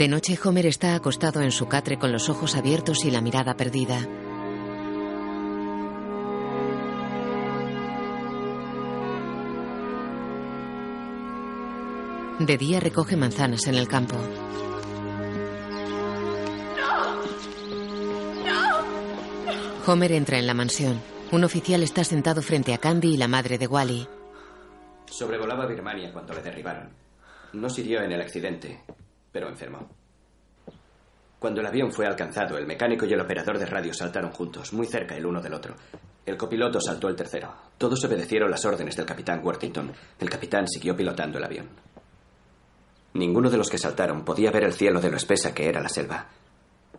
De noche, Homer está acostado en su catre con los ojos abiertos y la mirada perdida. De día recoge manzanas en el campo. Homer entra en la mansión. Un oficial está sentado frente a Candy y la madre de Wally. Sobrevolaba Birmania cuando le derribaron. No sirvió en el accidente, pero enfermó. Cuando el avión fue alcanzado, el mecánico y el operador de radio saltaron juntos, muy cerca el uno del otro. El copiloto saltó el tercero. Todos obedecieron las órdenes del capitán Worthington. El capitán siguió pilotando el avión. Ninguno de los que saltaron podía ver el cielo de lo espesa que era la selva.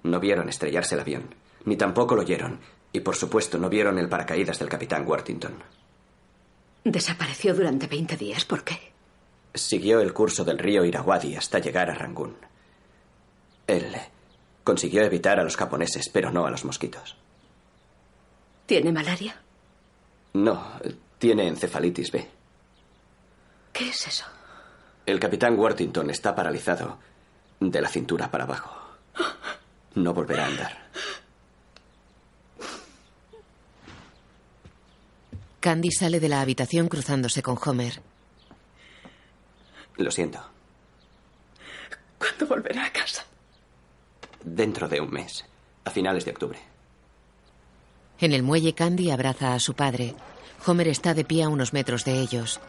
No vieron estrellarse el avión, ni tampoco lo oyeron, y por supuesto no vieron el paracaídas del capitán Worthington. Desapareció durante 20 días, ¿por qué? Siguió el curso del río Irrawaddy hasta llegar a Rangún. Él consiguió evitar a los japoneses, pero no a los mosquitos. ¿Tiene malaria? No, tiene encefalitis B. ¿Qué es eso? El capitán Worthington está paralizado de la cintura para abajo. No volverá a andar. Candy sale de la habitación cruzándose con Homer. Lo siento. ¿Cuándo volverá a casa? Dentro de un mes, a finales de octubre. En el muelle, Candy abraza a su padre. Homer está de pie a unos metros de ellos.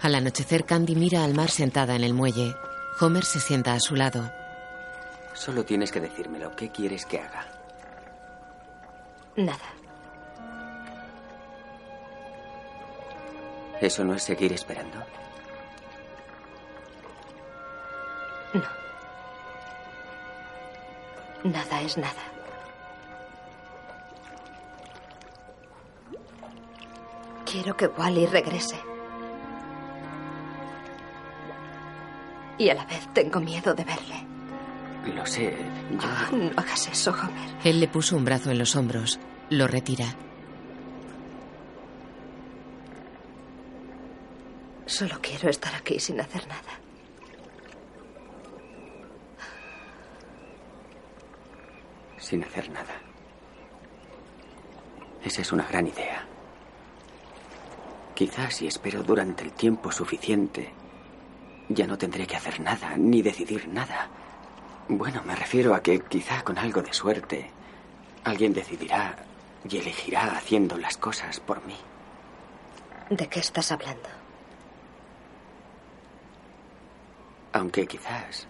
Al anochecer, Candy mira al mar sentada en el muelle. Homer se sienta a su lado. Solo tienes que decírmelo. ¿Qué quieres que haga? Nada. ¿Eso no es seguir esperando? No. Nada es nada. Quiero que Wally regrese. Y a la vez tengo miedo de verle. Lo sé. Yo... Oh, no hagas eso, Homer. Él le puso un brazo en los hombros. Lo retira. Solo quiero estar aquí sin hacer nada. Sin hacer nada. Esa es una gran idea. Quizás si espero durante el tiempo suficiente, ya no tendré que hacer nada, ni decidir nada. Bueno, me refiero a que quizá con algo de suerte, alguien decidirá y elegirá haciendo las cosas por mí. ¿De qué estás hablando? Aunque quizás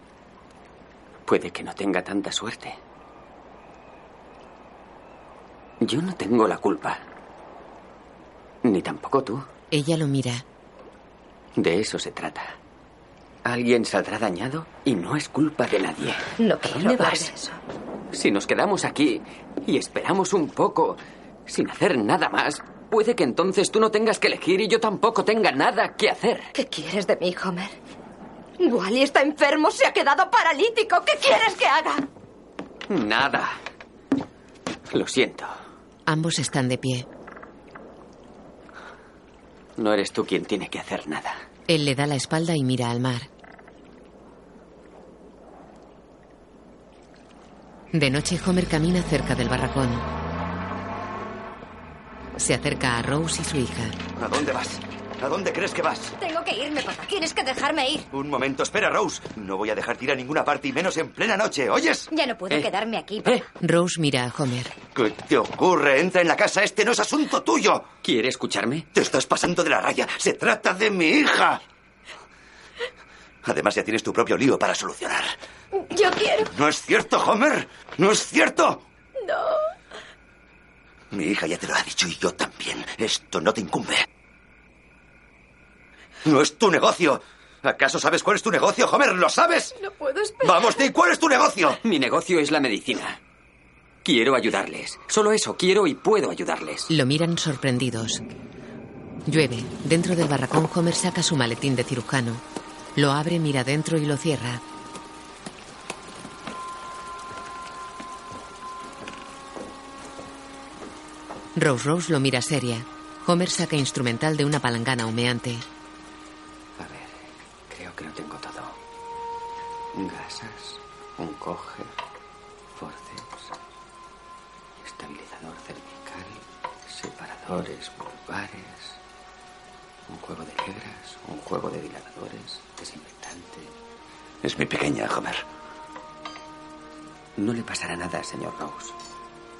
puede que no tenga tanta suerte. Yo no tengo la culpa. Ni tampoco tú. Ella lo mira. De eso se trata. Alguien saldrá dañado y no es culpa de nadie. No quiero hablar de eso. Si nos quedamos aquí y esperamos un poco sin hacer nada más, puede que entonces tú no tengas que elegir y yo tampoco tenga nada que hacer. ¿Qué quieres de mí, Homer? Wally está enfermo, se ha quedado paralítico. ¿Qué quieres que haga? Nada. Lo siento. Ambos están de pie. No eres tú quien tiene que hacer nada. Él le da la espalda y mira al mar. De noche, Homer camina cerca del barracón. Se acerca a Rose y su hija. ¿A dónde vas? ¿A dónde crees que vas? Tengo que irme, papá. Tienes que dejarme ir. Un momento, espera, Rose. No voy a dejarte ir a ninguna parte y menos en plena noche, ¿oyes? Ya no puedo eh. quedarme aquí, papá. Eh. Rose mira a Homer. ¿Qué te ocurre? Entra en la casa, este no es asunto tuyo. ¿Quiere escucharme? Te estás pasando de la raya. Se trata de mi hija. Además, ya tienes tu propio lío para solucionar. Yo quiero. ¿No es cierto, Homer? ¿No es cierto? No. Mi hija ya te lo ha dicho y yo también. Esto no te incumbe. No es tu negocio. ¿Acaso sabes cuál es tu negocio, Homer? ¿Lo sabes? No puedo Vamos, Dick, ¿cuál es tu negocio? Mi negocio es la medicina. Quiero ayudarles. Solo eso, quiero y puedo ayudarles. Lo miran sorprendidos. Llueve. Dentro del barracón, Homer saca su maletín de cirujano. Lo abre, mira dentro y lo cierra. Rose Rose lo mira seria. Homer saca instrumental de una palangana humeante. A ver, creo que lo tengo todo. Gasas, un coge, forceps, estabilizador cervical, separadores, vulvares, un juego de hebras, un juego de dilatadores, desinfectante. Es muy pequeña, Homer. No le pasará nada, señor Rose.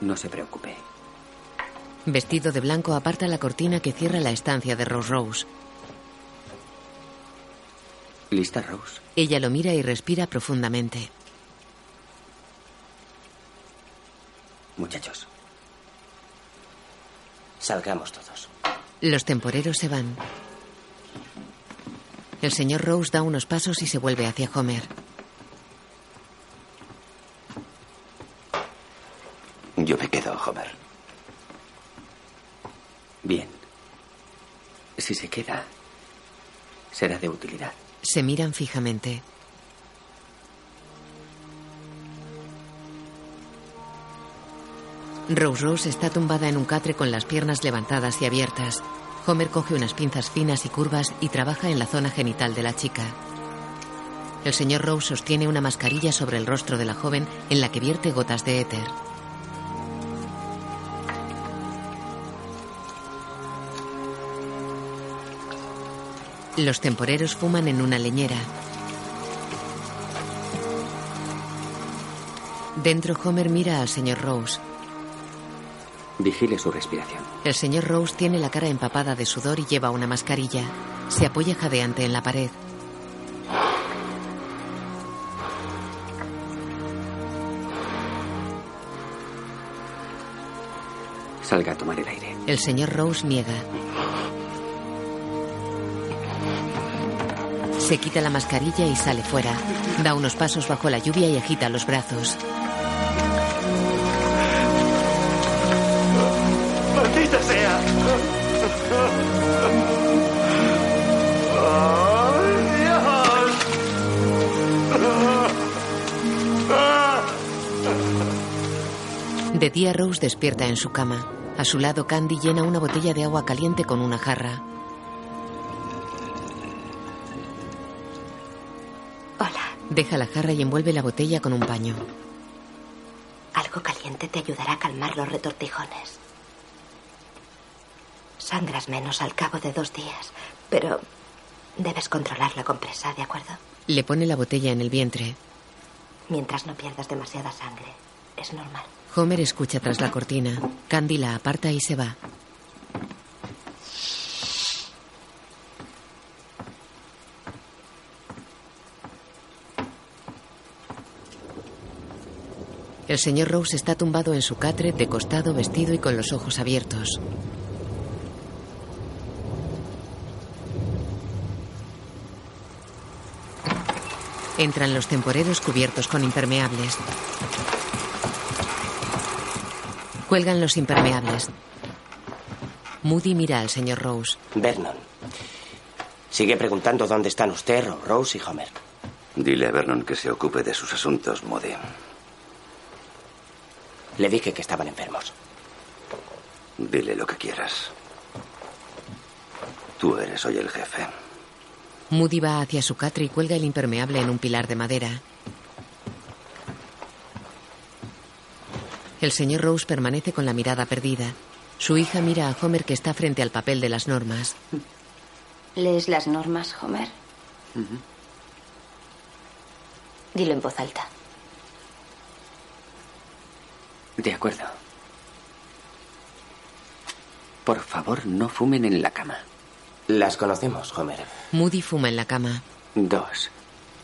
No se preocupe. Vestido de blanco, aparta la cortina que cierra la estancia de Rose Rose. ¿Lista, Rose? Ella lo mira y respira profundamente. Muchachos, salgamos todos. Los temporeros se van. El señor Rose da unos pasos y se vuelve hacia Homer. Yo me quedo, Homer. Bien. Si se queda, será de utilidad. Se miran fijamente. Rose Rose está tumbada en un catre con las piernas levantadas y abiertas. Homer coge unas pinzas finas y curvas y trabaja en la zona genital de la chica. El señor Rose sostiene una mascarilla sobre el rostro de la joven en la que vierte gotas de éter. Los temporeros fuman en una leñera. Dentro Homer mira al señor Rose. Vigile su respiración. El señor Rose tiene la cara empapada de sudor y lleva una mascarilla. Se apoya jadeante en la pared. Salga a tomar el aire. El señor Rose niega. Se quita la mascarilla y sale fuera. Da unos pasos bajo la lluvia y agita los brazos. ¡Maldita sea! De día Rose despierta en su cama. A su lado Candy llena una botella de agua caliente con una jarra. Hola, Deja la jarra y envuelve la botella con un paño. algo caliente te ayudará a calmar los retortijones. Sangras menos al cabo de dos días, pero debes controlar la compresa, ¿de acuerdo? Le pone la botella en el vientre. Mientras no pierdas demasiada sangre. Es normal. Homer escucha tras la cortina. Candy la aparta y se va. El señor Rose está tumbado en su catre, de costado, vestido y con los ojos abiertos. Entran los temporeros cubiertos con impermeables. Cuelgan los impermeables. Moody mira al señor Rose. Vernon. Sigue preguntando dónde están usted, Ro- Rose y Homer. Dile a Vernon que se ocupe de sus asuntos, Moody. Le dije que estaban enfermos. Dile lo que quieras. Tú eres hoy el jefe. Moody va hacia su catre y cuelga el impermeable en un pilar de madera. El señor Rose permanece con la mirada perdida. Su hija mira a Homer que está frente al papel de las normas. ¿Lees las normas, Homer? Dilo en voz alta. De acuerdo. Por favor, no fumen en la cama. Las conocemos, Homer. Moody fuma en la cama. Dos.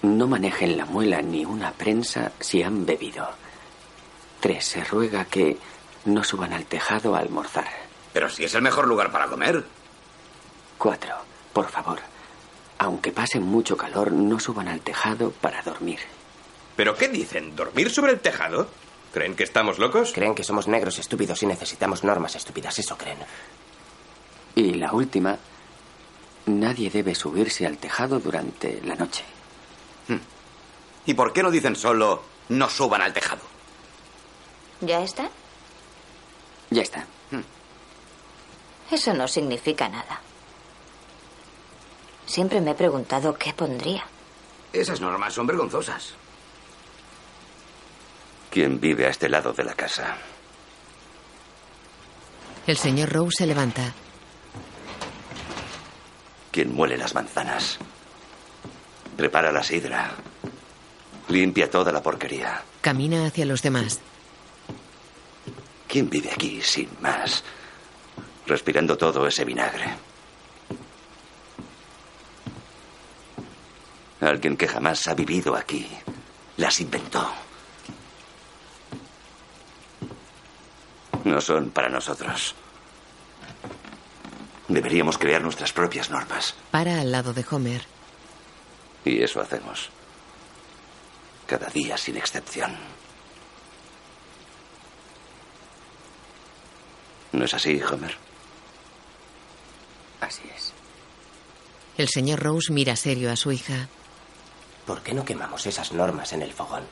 No manejen la muela ni una prensa si han bebido. Tres. Se ruega que no suban al tejado a almorzar. Pero si es el mejor lugar para comer. Cuatro. Por favor, Aunque pasen mucho calor, no suban al tejado para dormir. ¿Pero qué dicen? ¿Dormir sobre el tejado? ¿Creen que estamos locos? Creen que somos negros estúpidos y necesitamos normas estúpidas, eso creen. Y la última, nadie debe subirse al tejado durante la noche. ¿Y por qué no dicen solo no suban al tejado? ¿Ya está? Ya está. Eso no significa nada. Siempre me he preguntado qué pondría. Esas normas son vergonzosas. ¿Quién vive a este lado de la casa? El señor Rowe se levanta. ¿Quién muele las manzanas? Prepara la sidra. Limpia toda la porquería. Camina hacia los demás. ¿Quién vive aquí sin más? Respirando todo ese vinagre. Alguien que jamás ha vivido aquí las inventó. No son para nosotros. Deberíamos crear nuestras propias normas. Para al lado de Homer. Y eso hacemos. Cada día sin excepción. ¿No es así, Homer? Así es. El señor Rose mira serio a su hija. ¿Por qué no quemamos esas normas en el fogón?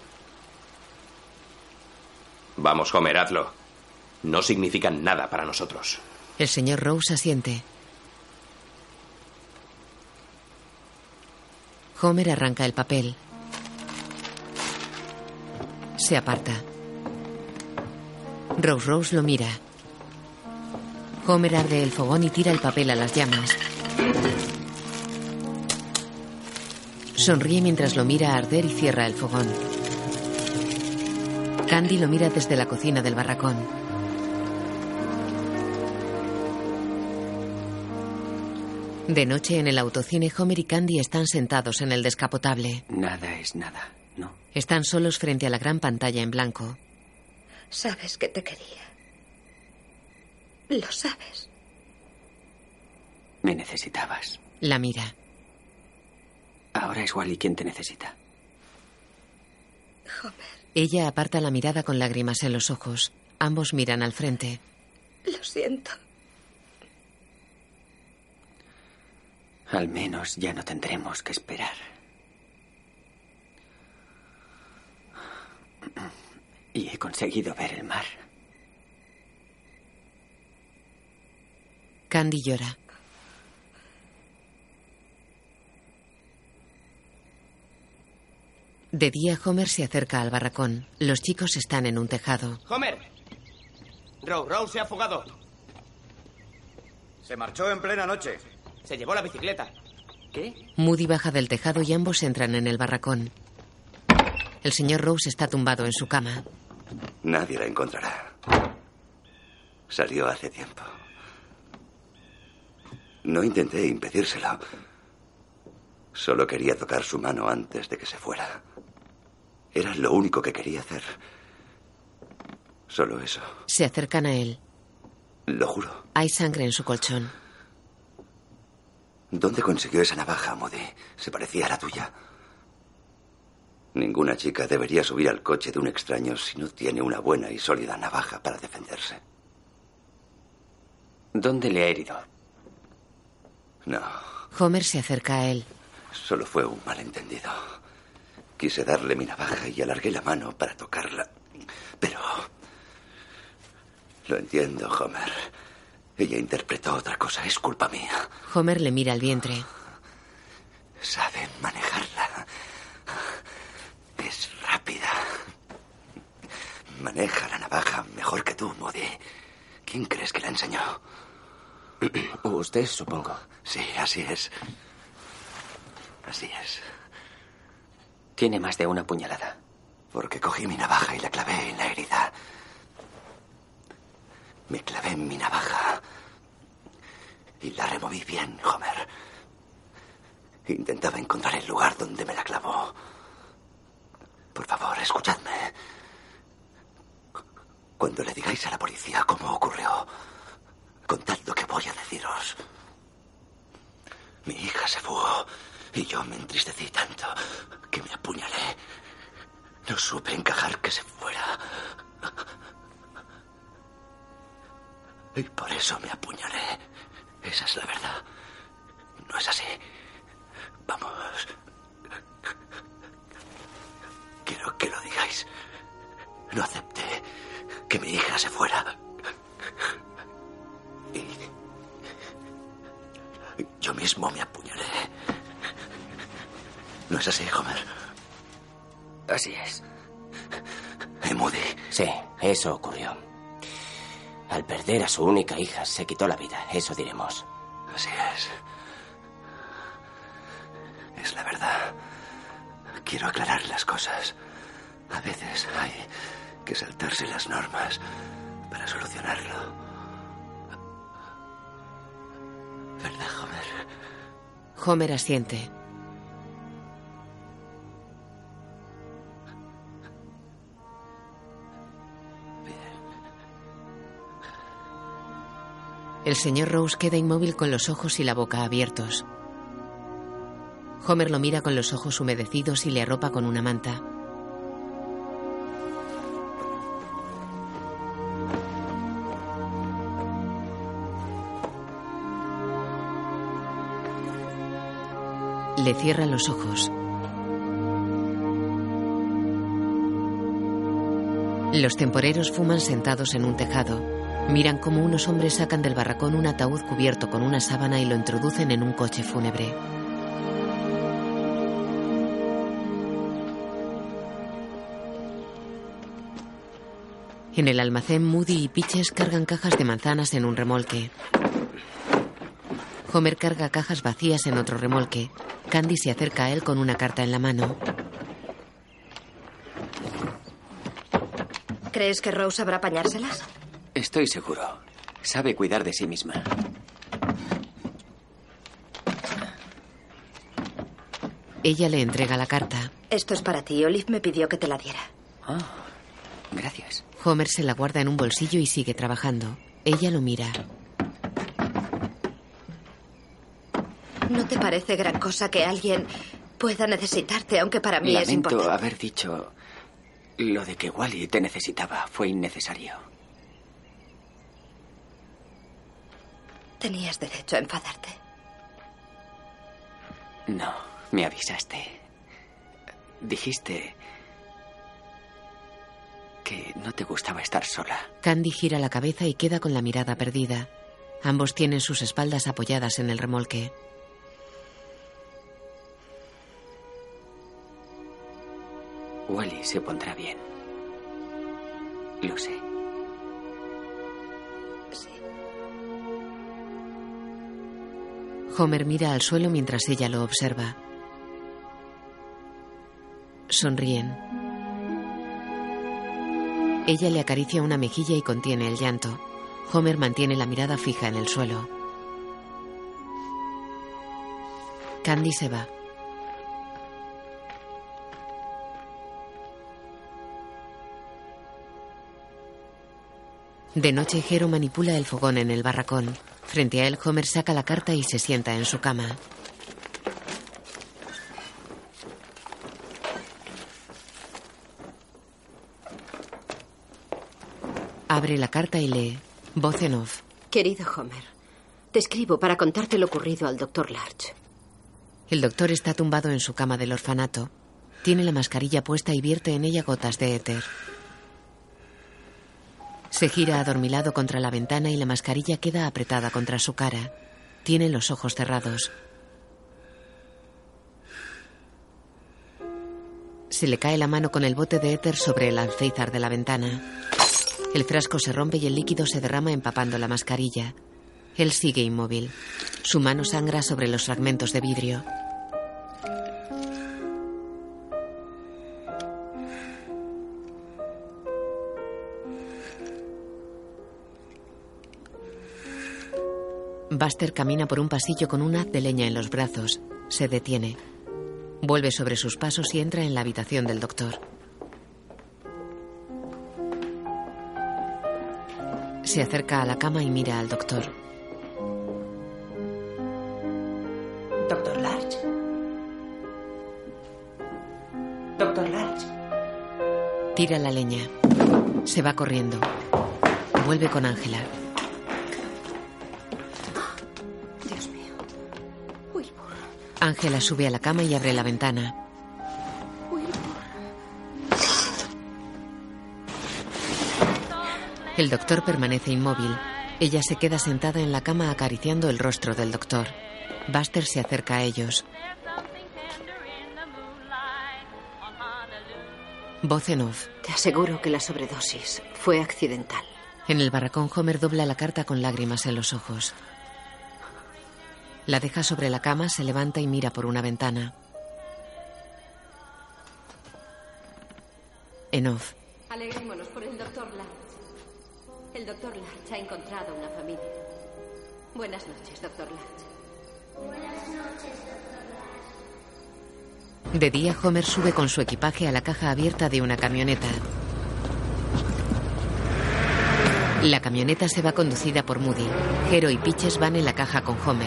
Vamos, Homer, hazlo. No significan nada para nosotros. El señor Rose asiente. Homer arranca el papel. Se aparta. Rose Rose lo mira. Homer arde el fogón y tira el papel a las llamas. Sonríe mientras lo mira arder y cierra el fogón. Candy lo mira desde la cocina del barracón. De noche en el autocine, Homer y Candy están sentados en el descapotable. Nada es nada, ¿no? Están solos frente a la gran pantalla en blanco. Sabes que te quería. Lo sabes. Me necesitabas. La mira. Ahora es Wally quien te necesita. Homer, Ella aparta la mirada con lágrimas en los ojos. Ambos miran al frente. lo siento. Al menos ya no tendremos que esperar. Y he conseguido ver el mar. Candy llora. De día, Homer se acerca al barracón. Los chicos están en un tejado. Homer. Row, Row se ha fugado. Se marchó en plena noche. Se llevó la bicicleta. Moody baja del tejado y ambos entran en el barracón. El señor Rose está tumbado en su cama. Nadie la encontrará. Salió hace tiempo. No intenté impedírselo. Solo quería tocar su mano antes de que se fuera. Era lo único que quería hacer. Solo eso, Se acercan a él. lo juro. Hay sangre en su colchón. ¿Dónde consiguió esa navaja, Moody? Se parecía a la tuya. Ninguna chica debería subir al coche de un extraño si no tiene una buena y sólida navaja para defenderse. ¿Dónde le ha herido? No, Homer se acerca a él. Solo fue un malentendido. Quise darle mi navaja y alargué la mano para tocarla. Pero... Lo entiendo, Homer. Ella interpretó otra cosa. Es culpa mía. Homer le mira al vientre. Sabe manejarla. Es rápida. Maneja la navaja mejor que tú, Moody. ¿Quién crees que la enseñó? Usted, supongo. Sí, así es. Así es. Tiene más de una puñalada. Porque cogí mi navaja y la clavé en la herida. Me clavé en mi navaja. Y la removí bien, Homer. Intentaba encontrar el lugar donde me la clavó. Por favor, escuchadme. Cuando le digáis a la policía cómo ocurrió, contad lo que voy a deciros. Mi hija se fugó Y yo me entristecí tanto que me apuñalé. No supe encajar que se fuera. Y por eso me apuñalé. Esa es la verdad. No es así. Vamos. Quiero que lo digáis. No acepté que mi hija se fuera. Y yo mismo me apuñalé. ¿No es así, Homer? Así es. ¿Y Moody? Sí, eso ocurrió. Al perder a su única hija, se quitó la vida, eso diremos. Así es. Es la verdad. Quiero aclarar las cosas. A veces hay que saltarse las normas para solucionarlo. ¿Verdad, Homer? Homer asiente. El señor Rose queda inmóvil con los ojos y la boca abiertos. Homer lo mira con los ojos humedecidos y le arropa con una manta. Le cierra los ojos. Los temporeros fuman sentados en un tejado. Miran cómo unos hombres sacan del barracón un ataúd cubierto con una sábana y lo introducen en un coche fúnebre. En el almacén, Moody y Pitches cargan cajas de manzanas en un remolque. Homer carga cajas vacías en otro remolque. Candy se acerca a él con una carta en la mano. ¿Crees que Rose sabrá apañárselas? Estoy seguro. Sabe cuidar de sí misma. Ella le entrega la carta. Esto es para ti. Olive me pidió que te la diera. Ah, gracias. Homer se la guarda en un bolsillo y sigue trabajando. Ella lo mira. ¿No te parece gran cosa que alguien pueda necesitarte, aunque para mí Lamento es importante? haber dicho lo de que Wally te necesitaba. Fue innecesario. Tenías derecho a enfadarte. No, me avisaste. Dijiste que no te gustaba estar sola. Candy gira la cabeza y queda con la mirada perdida. Ambos tienen sus espaldas apoyadas en el remolque. Wally se pondrá bien. Lo sé. Homer mira al suelo mientras ella lo observa. Sonríen. Ella le acaricia una mejilla y contiene el llanto. Homer mantiene la mirada fija en el suelo. Candy se va. De noche, Jero manipula el fogón en el barracón. Frente a él, Homer saca la carta y se sienta en su cama. Abre la carta y lee. Voz en off. Querido Homer, te escribo para contarte lo ocurrido al doctor Larch. El doctor está tumbado en su cama del orfanato. Tiene la mascarilla puesta y vierte en ella gotas de éter. Se gira adormilado contra la ventana y la mascarilla queda apretada contra su cara. Tiene los ojos cerrados. Se le cae la mano con el bote de éter sobre el alféizar de la ventana. El frasco se rompe y el líquido se derrama empapando la mascarilla. Él sigue inmóvil. Su mano sangra sobre los fragmentos de vidrio. Buster camina por un pasillo con un haz de leña en los brazos. Se detiene. Vuelve sobre sus pasos y entra en la habitación del doctor. Se acerca a la cama y mira al doctor. Doctor Larch. Tira la leña. Se va corriendo. Vuelve con Ángela. Dios mío. Wilbur, Ángela sube a la cama y abre la ventana. Wilbur. El doctor permanece inmóvil. Ella se queda sentada en la cama acariciando el rostro del doctor. Buster se acerca a ellos. Voz en off. Te aseguro que la sobredosis fue accidental. En el barracón, Homer dobla la carta con lágrimas en los ojos. La deja sobre la cama, se levanta y mira por una ventana. En off. Alegrémonos por el doctor Larch. El doctor Larch ha encontrado una familia. Buenas noches, doctor Larch. De día, Homer sube con su equipaje a la caja abierta de una camioneta. La camioneta se va conducida por Moody. Hero y Pitches van en la caja con Homer.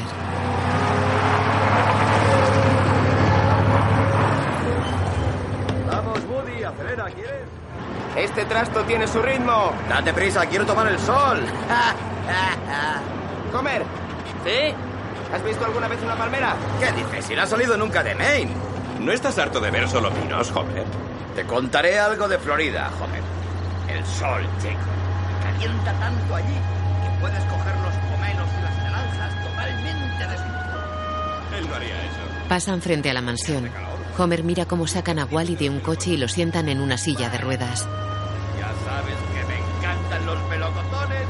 Vamos, Woody, acelera, ¿quieres? Este trasto tiene su ritmo. Date prisa, quiero tomar el sol. Comer. ¿Sí? ¿Has visto alguna vez una palmera? ¿Qué dices? Si no ha salido nunca de Maine. ¿No estás harto de ver solo pinos, Homer? Te contaré algo de Florida, Homer. El sol, chico. Calienta tanto allí que puedes coger los pomelos y las naranjas totalmente de Él no haría eso. Pasan frente a la mansión. Homer mira cómo sacan a Wally de un coche y lo sientan en una silla de ruedas. Ya sabes que me encantan los melocotones.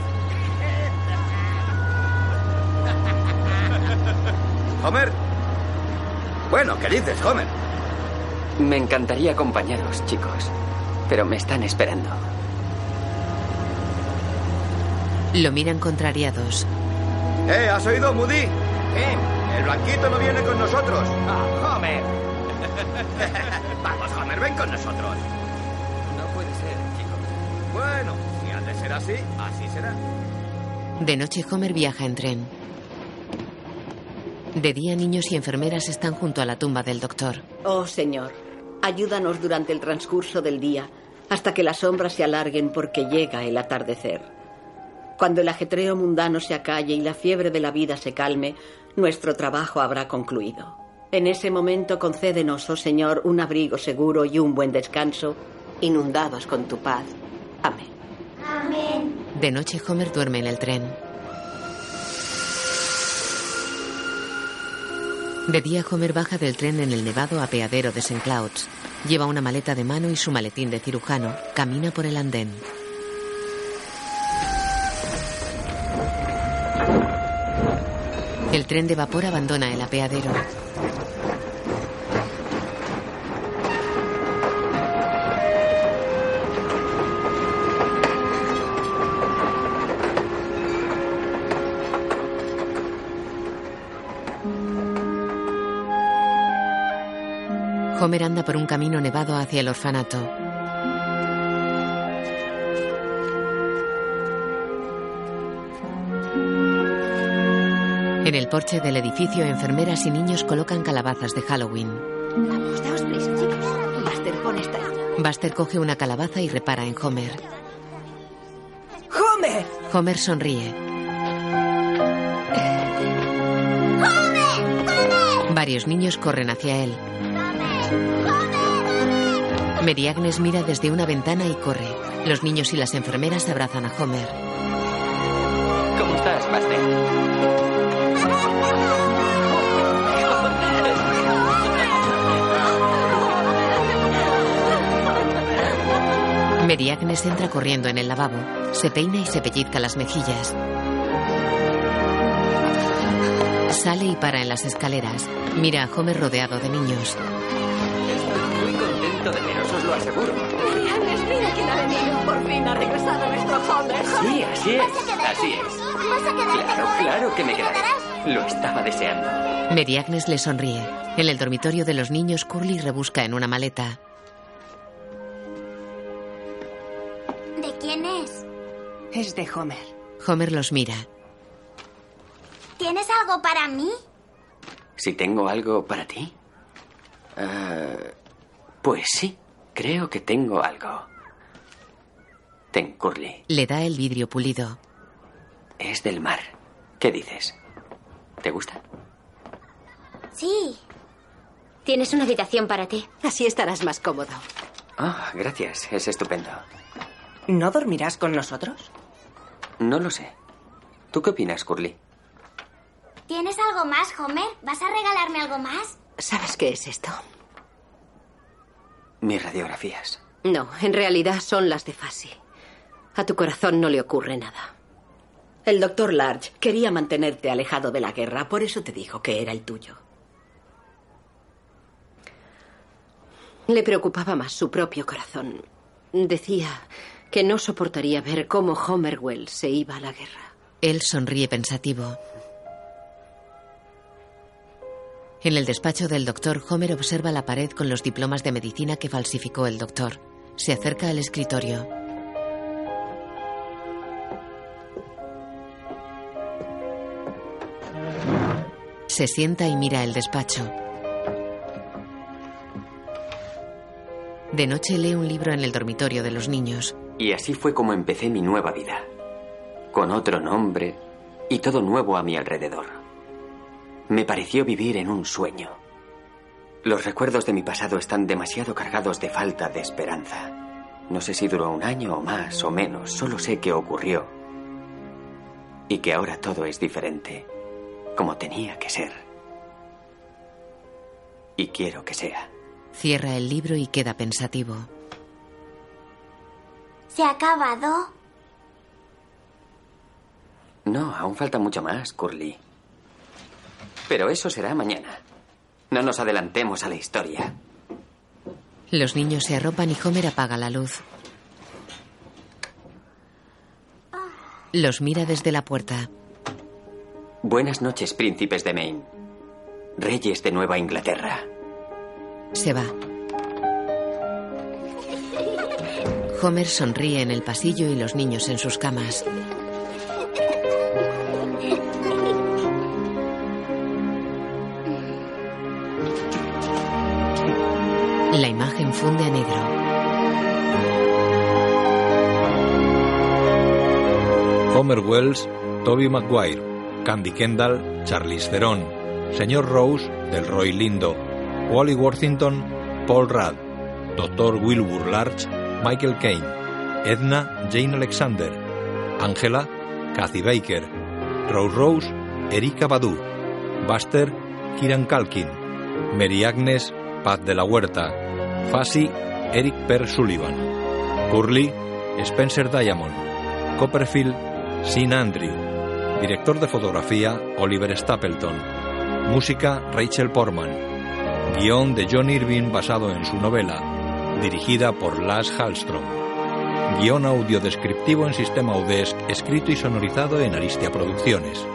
Homer. Bueno, ¿qué dices, Homer? Me encantaría acompañaros, chicos, pero me están esperando. Lo miran contrariados. ¿Eh? ¿Has oído, Moody? ¿Qué? El blanquito no viene con nosotros. Ah, Homer. Vamos, Homer, ven con nosotros. No puede ser, chicos. Bueno, si ha de ser así, así será. De noche, Homer viaja en tren. De día, niños y enfermeras están junto a la tumba del doctor. Oh, Señor, ayúdanos durante el transcurso del día hasta que las sombras se alarguen porque llega el atardecer. Cuando el ajetreo mundano se acalle y la fiebre de la vida se calme, nuestro trabajo habrá concluido. En ese momento concédenos, oh Señor, un abrigo seguro y un buen descanso, inundados con tu paz. Amén. Amén. De noche, Homer duerme en el tren. De día, Homer baja del tren en el nevado apeadero de St. Clouds. Lleva una maleta de mano y su maletín de cirujano. Camina por el andén. El tren de vapor abandona el apeadero. Homer anda por un camino nevado hacia el orfanato. En el porche del edificio, enfermeras y niños colocan calabazas de Halloween. Vamos, daos prisa, chicos. Buster, pon esta. Buster coge una calabaza y repara en Homer. ¡Homer! Homer sonríe. ¡Homer! ¡Homer! Varios niños corren hacia él. Mary Agnes mira desde una ventana y corre. Los niños y las enfermeras abrazan a Homer. ¿Cómo estás, Buster? Mary Agnes entra corriendo en el lavabo, se peina y se pellizca las mejillas. Sale y para en las escaleras. Mira a Homer rodeado de niños. Estoy muy contento de veros, os lo aseguro. Marianes, mira quién ha venido. Por fin ha regresado nuestro Homer. Sí, así es. Así es. ¿Vas a quedarte Claro, con él? claro que me quedaré. Lo estaba deseando. Mary Agnes le sonríe. En el dormitorio de los niños, Curly rebusca en una maleta. ¿De quién es? Es de Homer. Homer los mira. ¿Tienes algo para mí? Si tengo algo para ti. Ah, pues sí, creo que tengo algo. Ten Curly. Le da el vidrio pulido. Es del mar. ¿Qué dices? ¿Te gusta? Sí. Tienes una habitación para ti. Así estarás más cómodo. Ah, gracias. Es estupendo. ¿No dormirás con nosotros? No lo sé. ¿Tú qué opinas, Curly? ¿Tienes algo más, Homer? ¿Vas a regalarme algo más? ¿Sabes qué es esto? Mis radiografías. No, en realidad son las de Fasi. A tu corazón no le ocurre nada. El doctor Large quería mantenerte alejado de la guerra, por eso te dijo que era el tuyo. Le preocupaba más su propio corazón. Decía que no soportaría ver cómo Homer Wells se iba a la guerra. Él sonríe pensativo. En el despacho del doctor, Homer observa la pared con los diplomas de medicina que falsificó el doctor. Se acerca al escritorio. Se sienta y mira el despacho. De noche lee un libro en el dormitorio de los niños. Y así fue como empecé mi nueva vida. Con otro nombre y todo nuevo a mi alrededor. Me pareció vivir en un sueño. Los recuerdos de mi pasado están demasiado cargados de falta de esperanza. No sé si duró un año o más o menos, solo sé que ocurrió. Y que ahora todo es diferente, como tenía que ser. Y quiero que sea. Cierra el libro y queda pensativo. ¿Se ha acabado? No, aún falta mucho más, Curly. Pero eso será mañana. No nos adelantemos a la historia. Los niños se arropan y Homer apaga la luz. Los mira desde la puerta. Buenas noches, príncipes de Maine. Reyes de Nueva Inglaterra. Se va. Homer sonríe en el pasillo y los niños en sus camas. La imagen funde a negro. Homer Wells, Toby Maguire, Candy Kendall, Charlize Theron, Señor Rose, del Roy Lindo, Wally Worthington, Paul Rudd, Dr. Wilbur Larch, Michael Caine, Edna Jane Alexander, Angela Kathy Baker, Rose Rose, Erika Badu, Buster Kiran Kalkin, Mary Agnes Paz de la Huerta, Fassi, Eric Per Sullivan. Curly, Spencer Diamond. Copperfield, Sin Andrew. Director de fotografía, Oliver Stapleton. Música, Rachel Portman. Guión de John Irving basado en su novela. Dirigida por Lars Hallstrom. Guión audiodescriptivo en sistema UDESC, escrito y sonorizado en Aristia Producciones.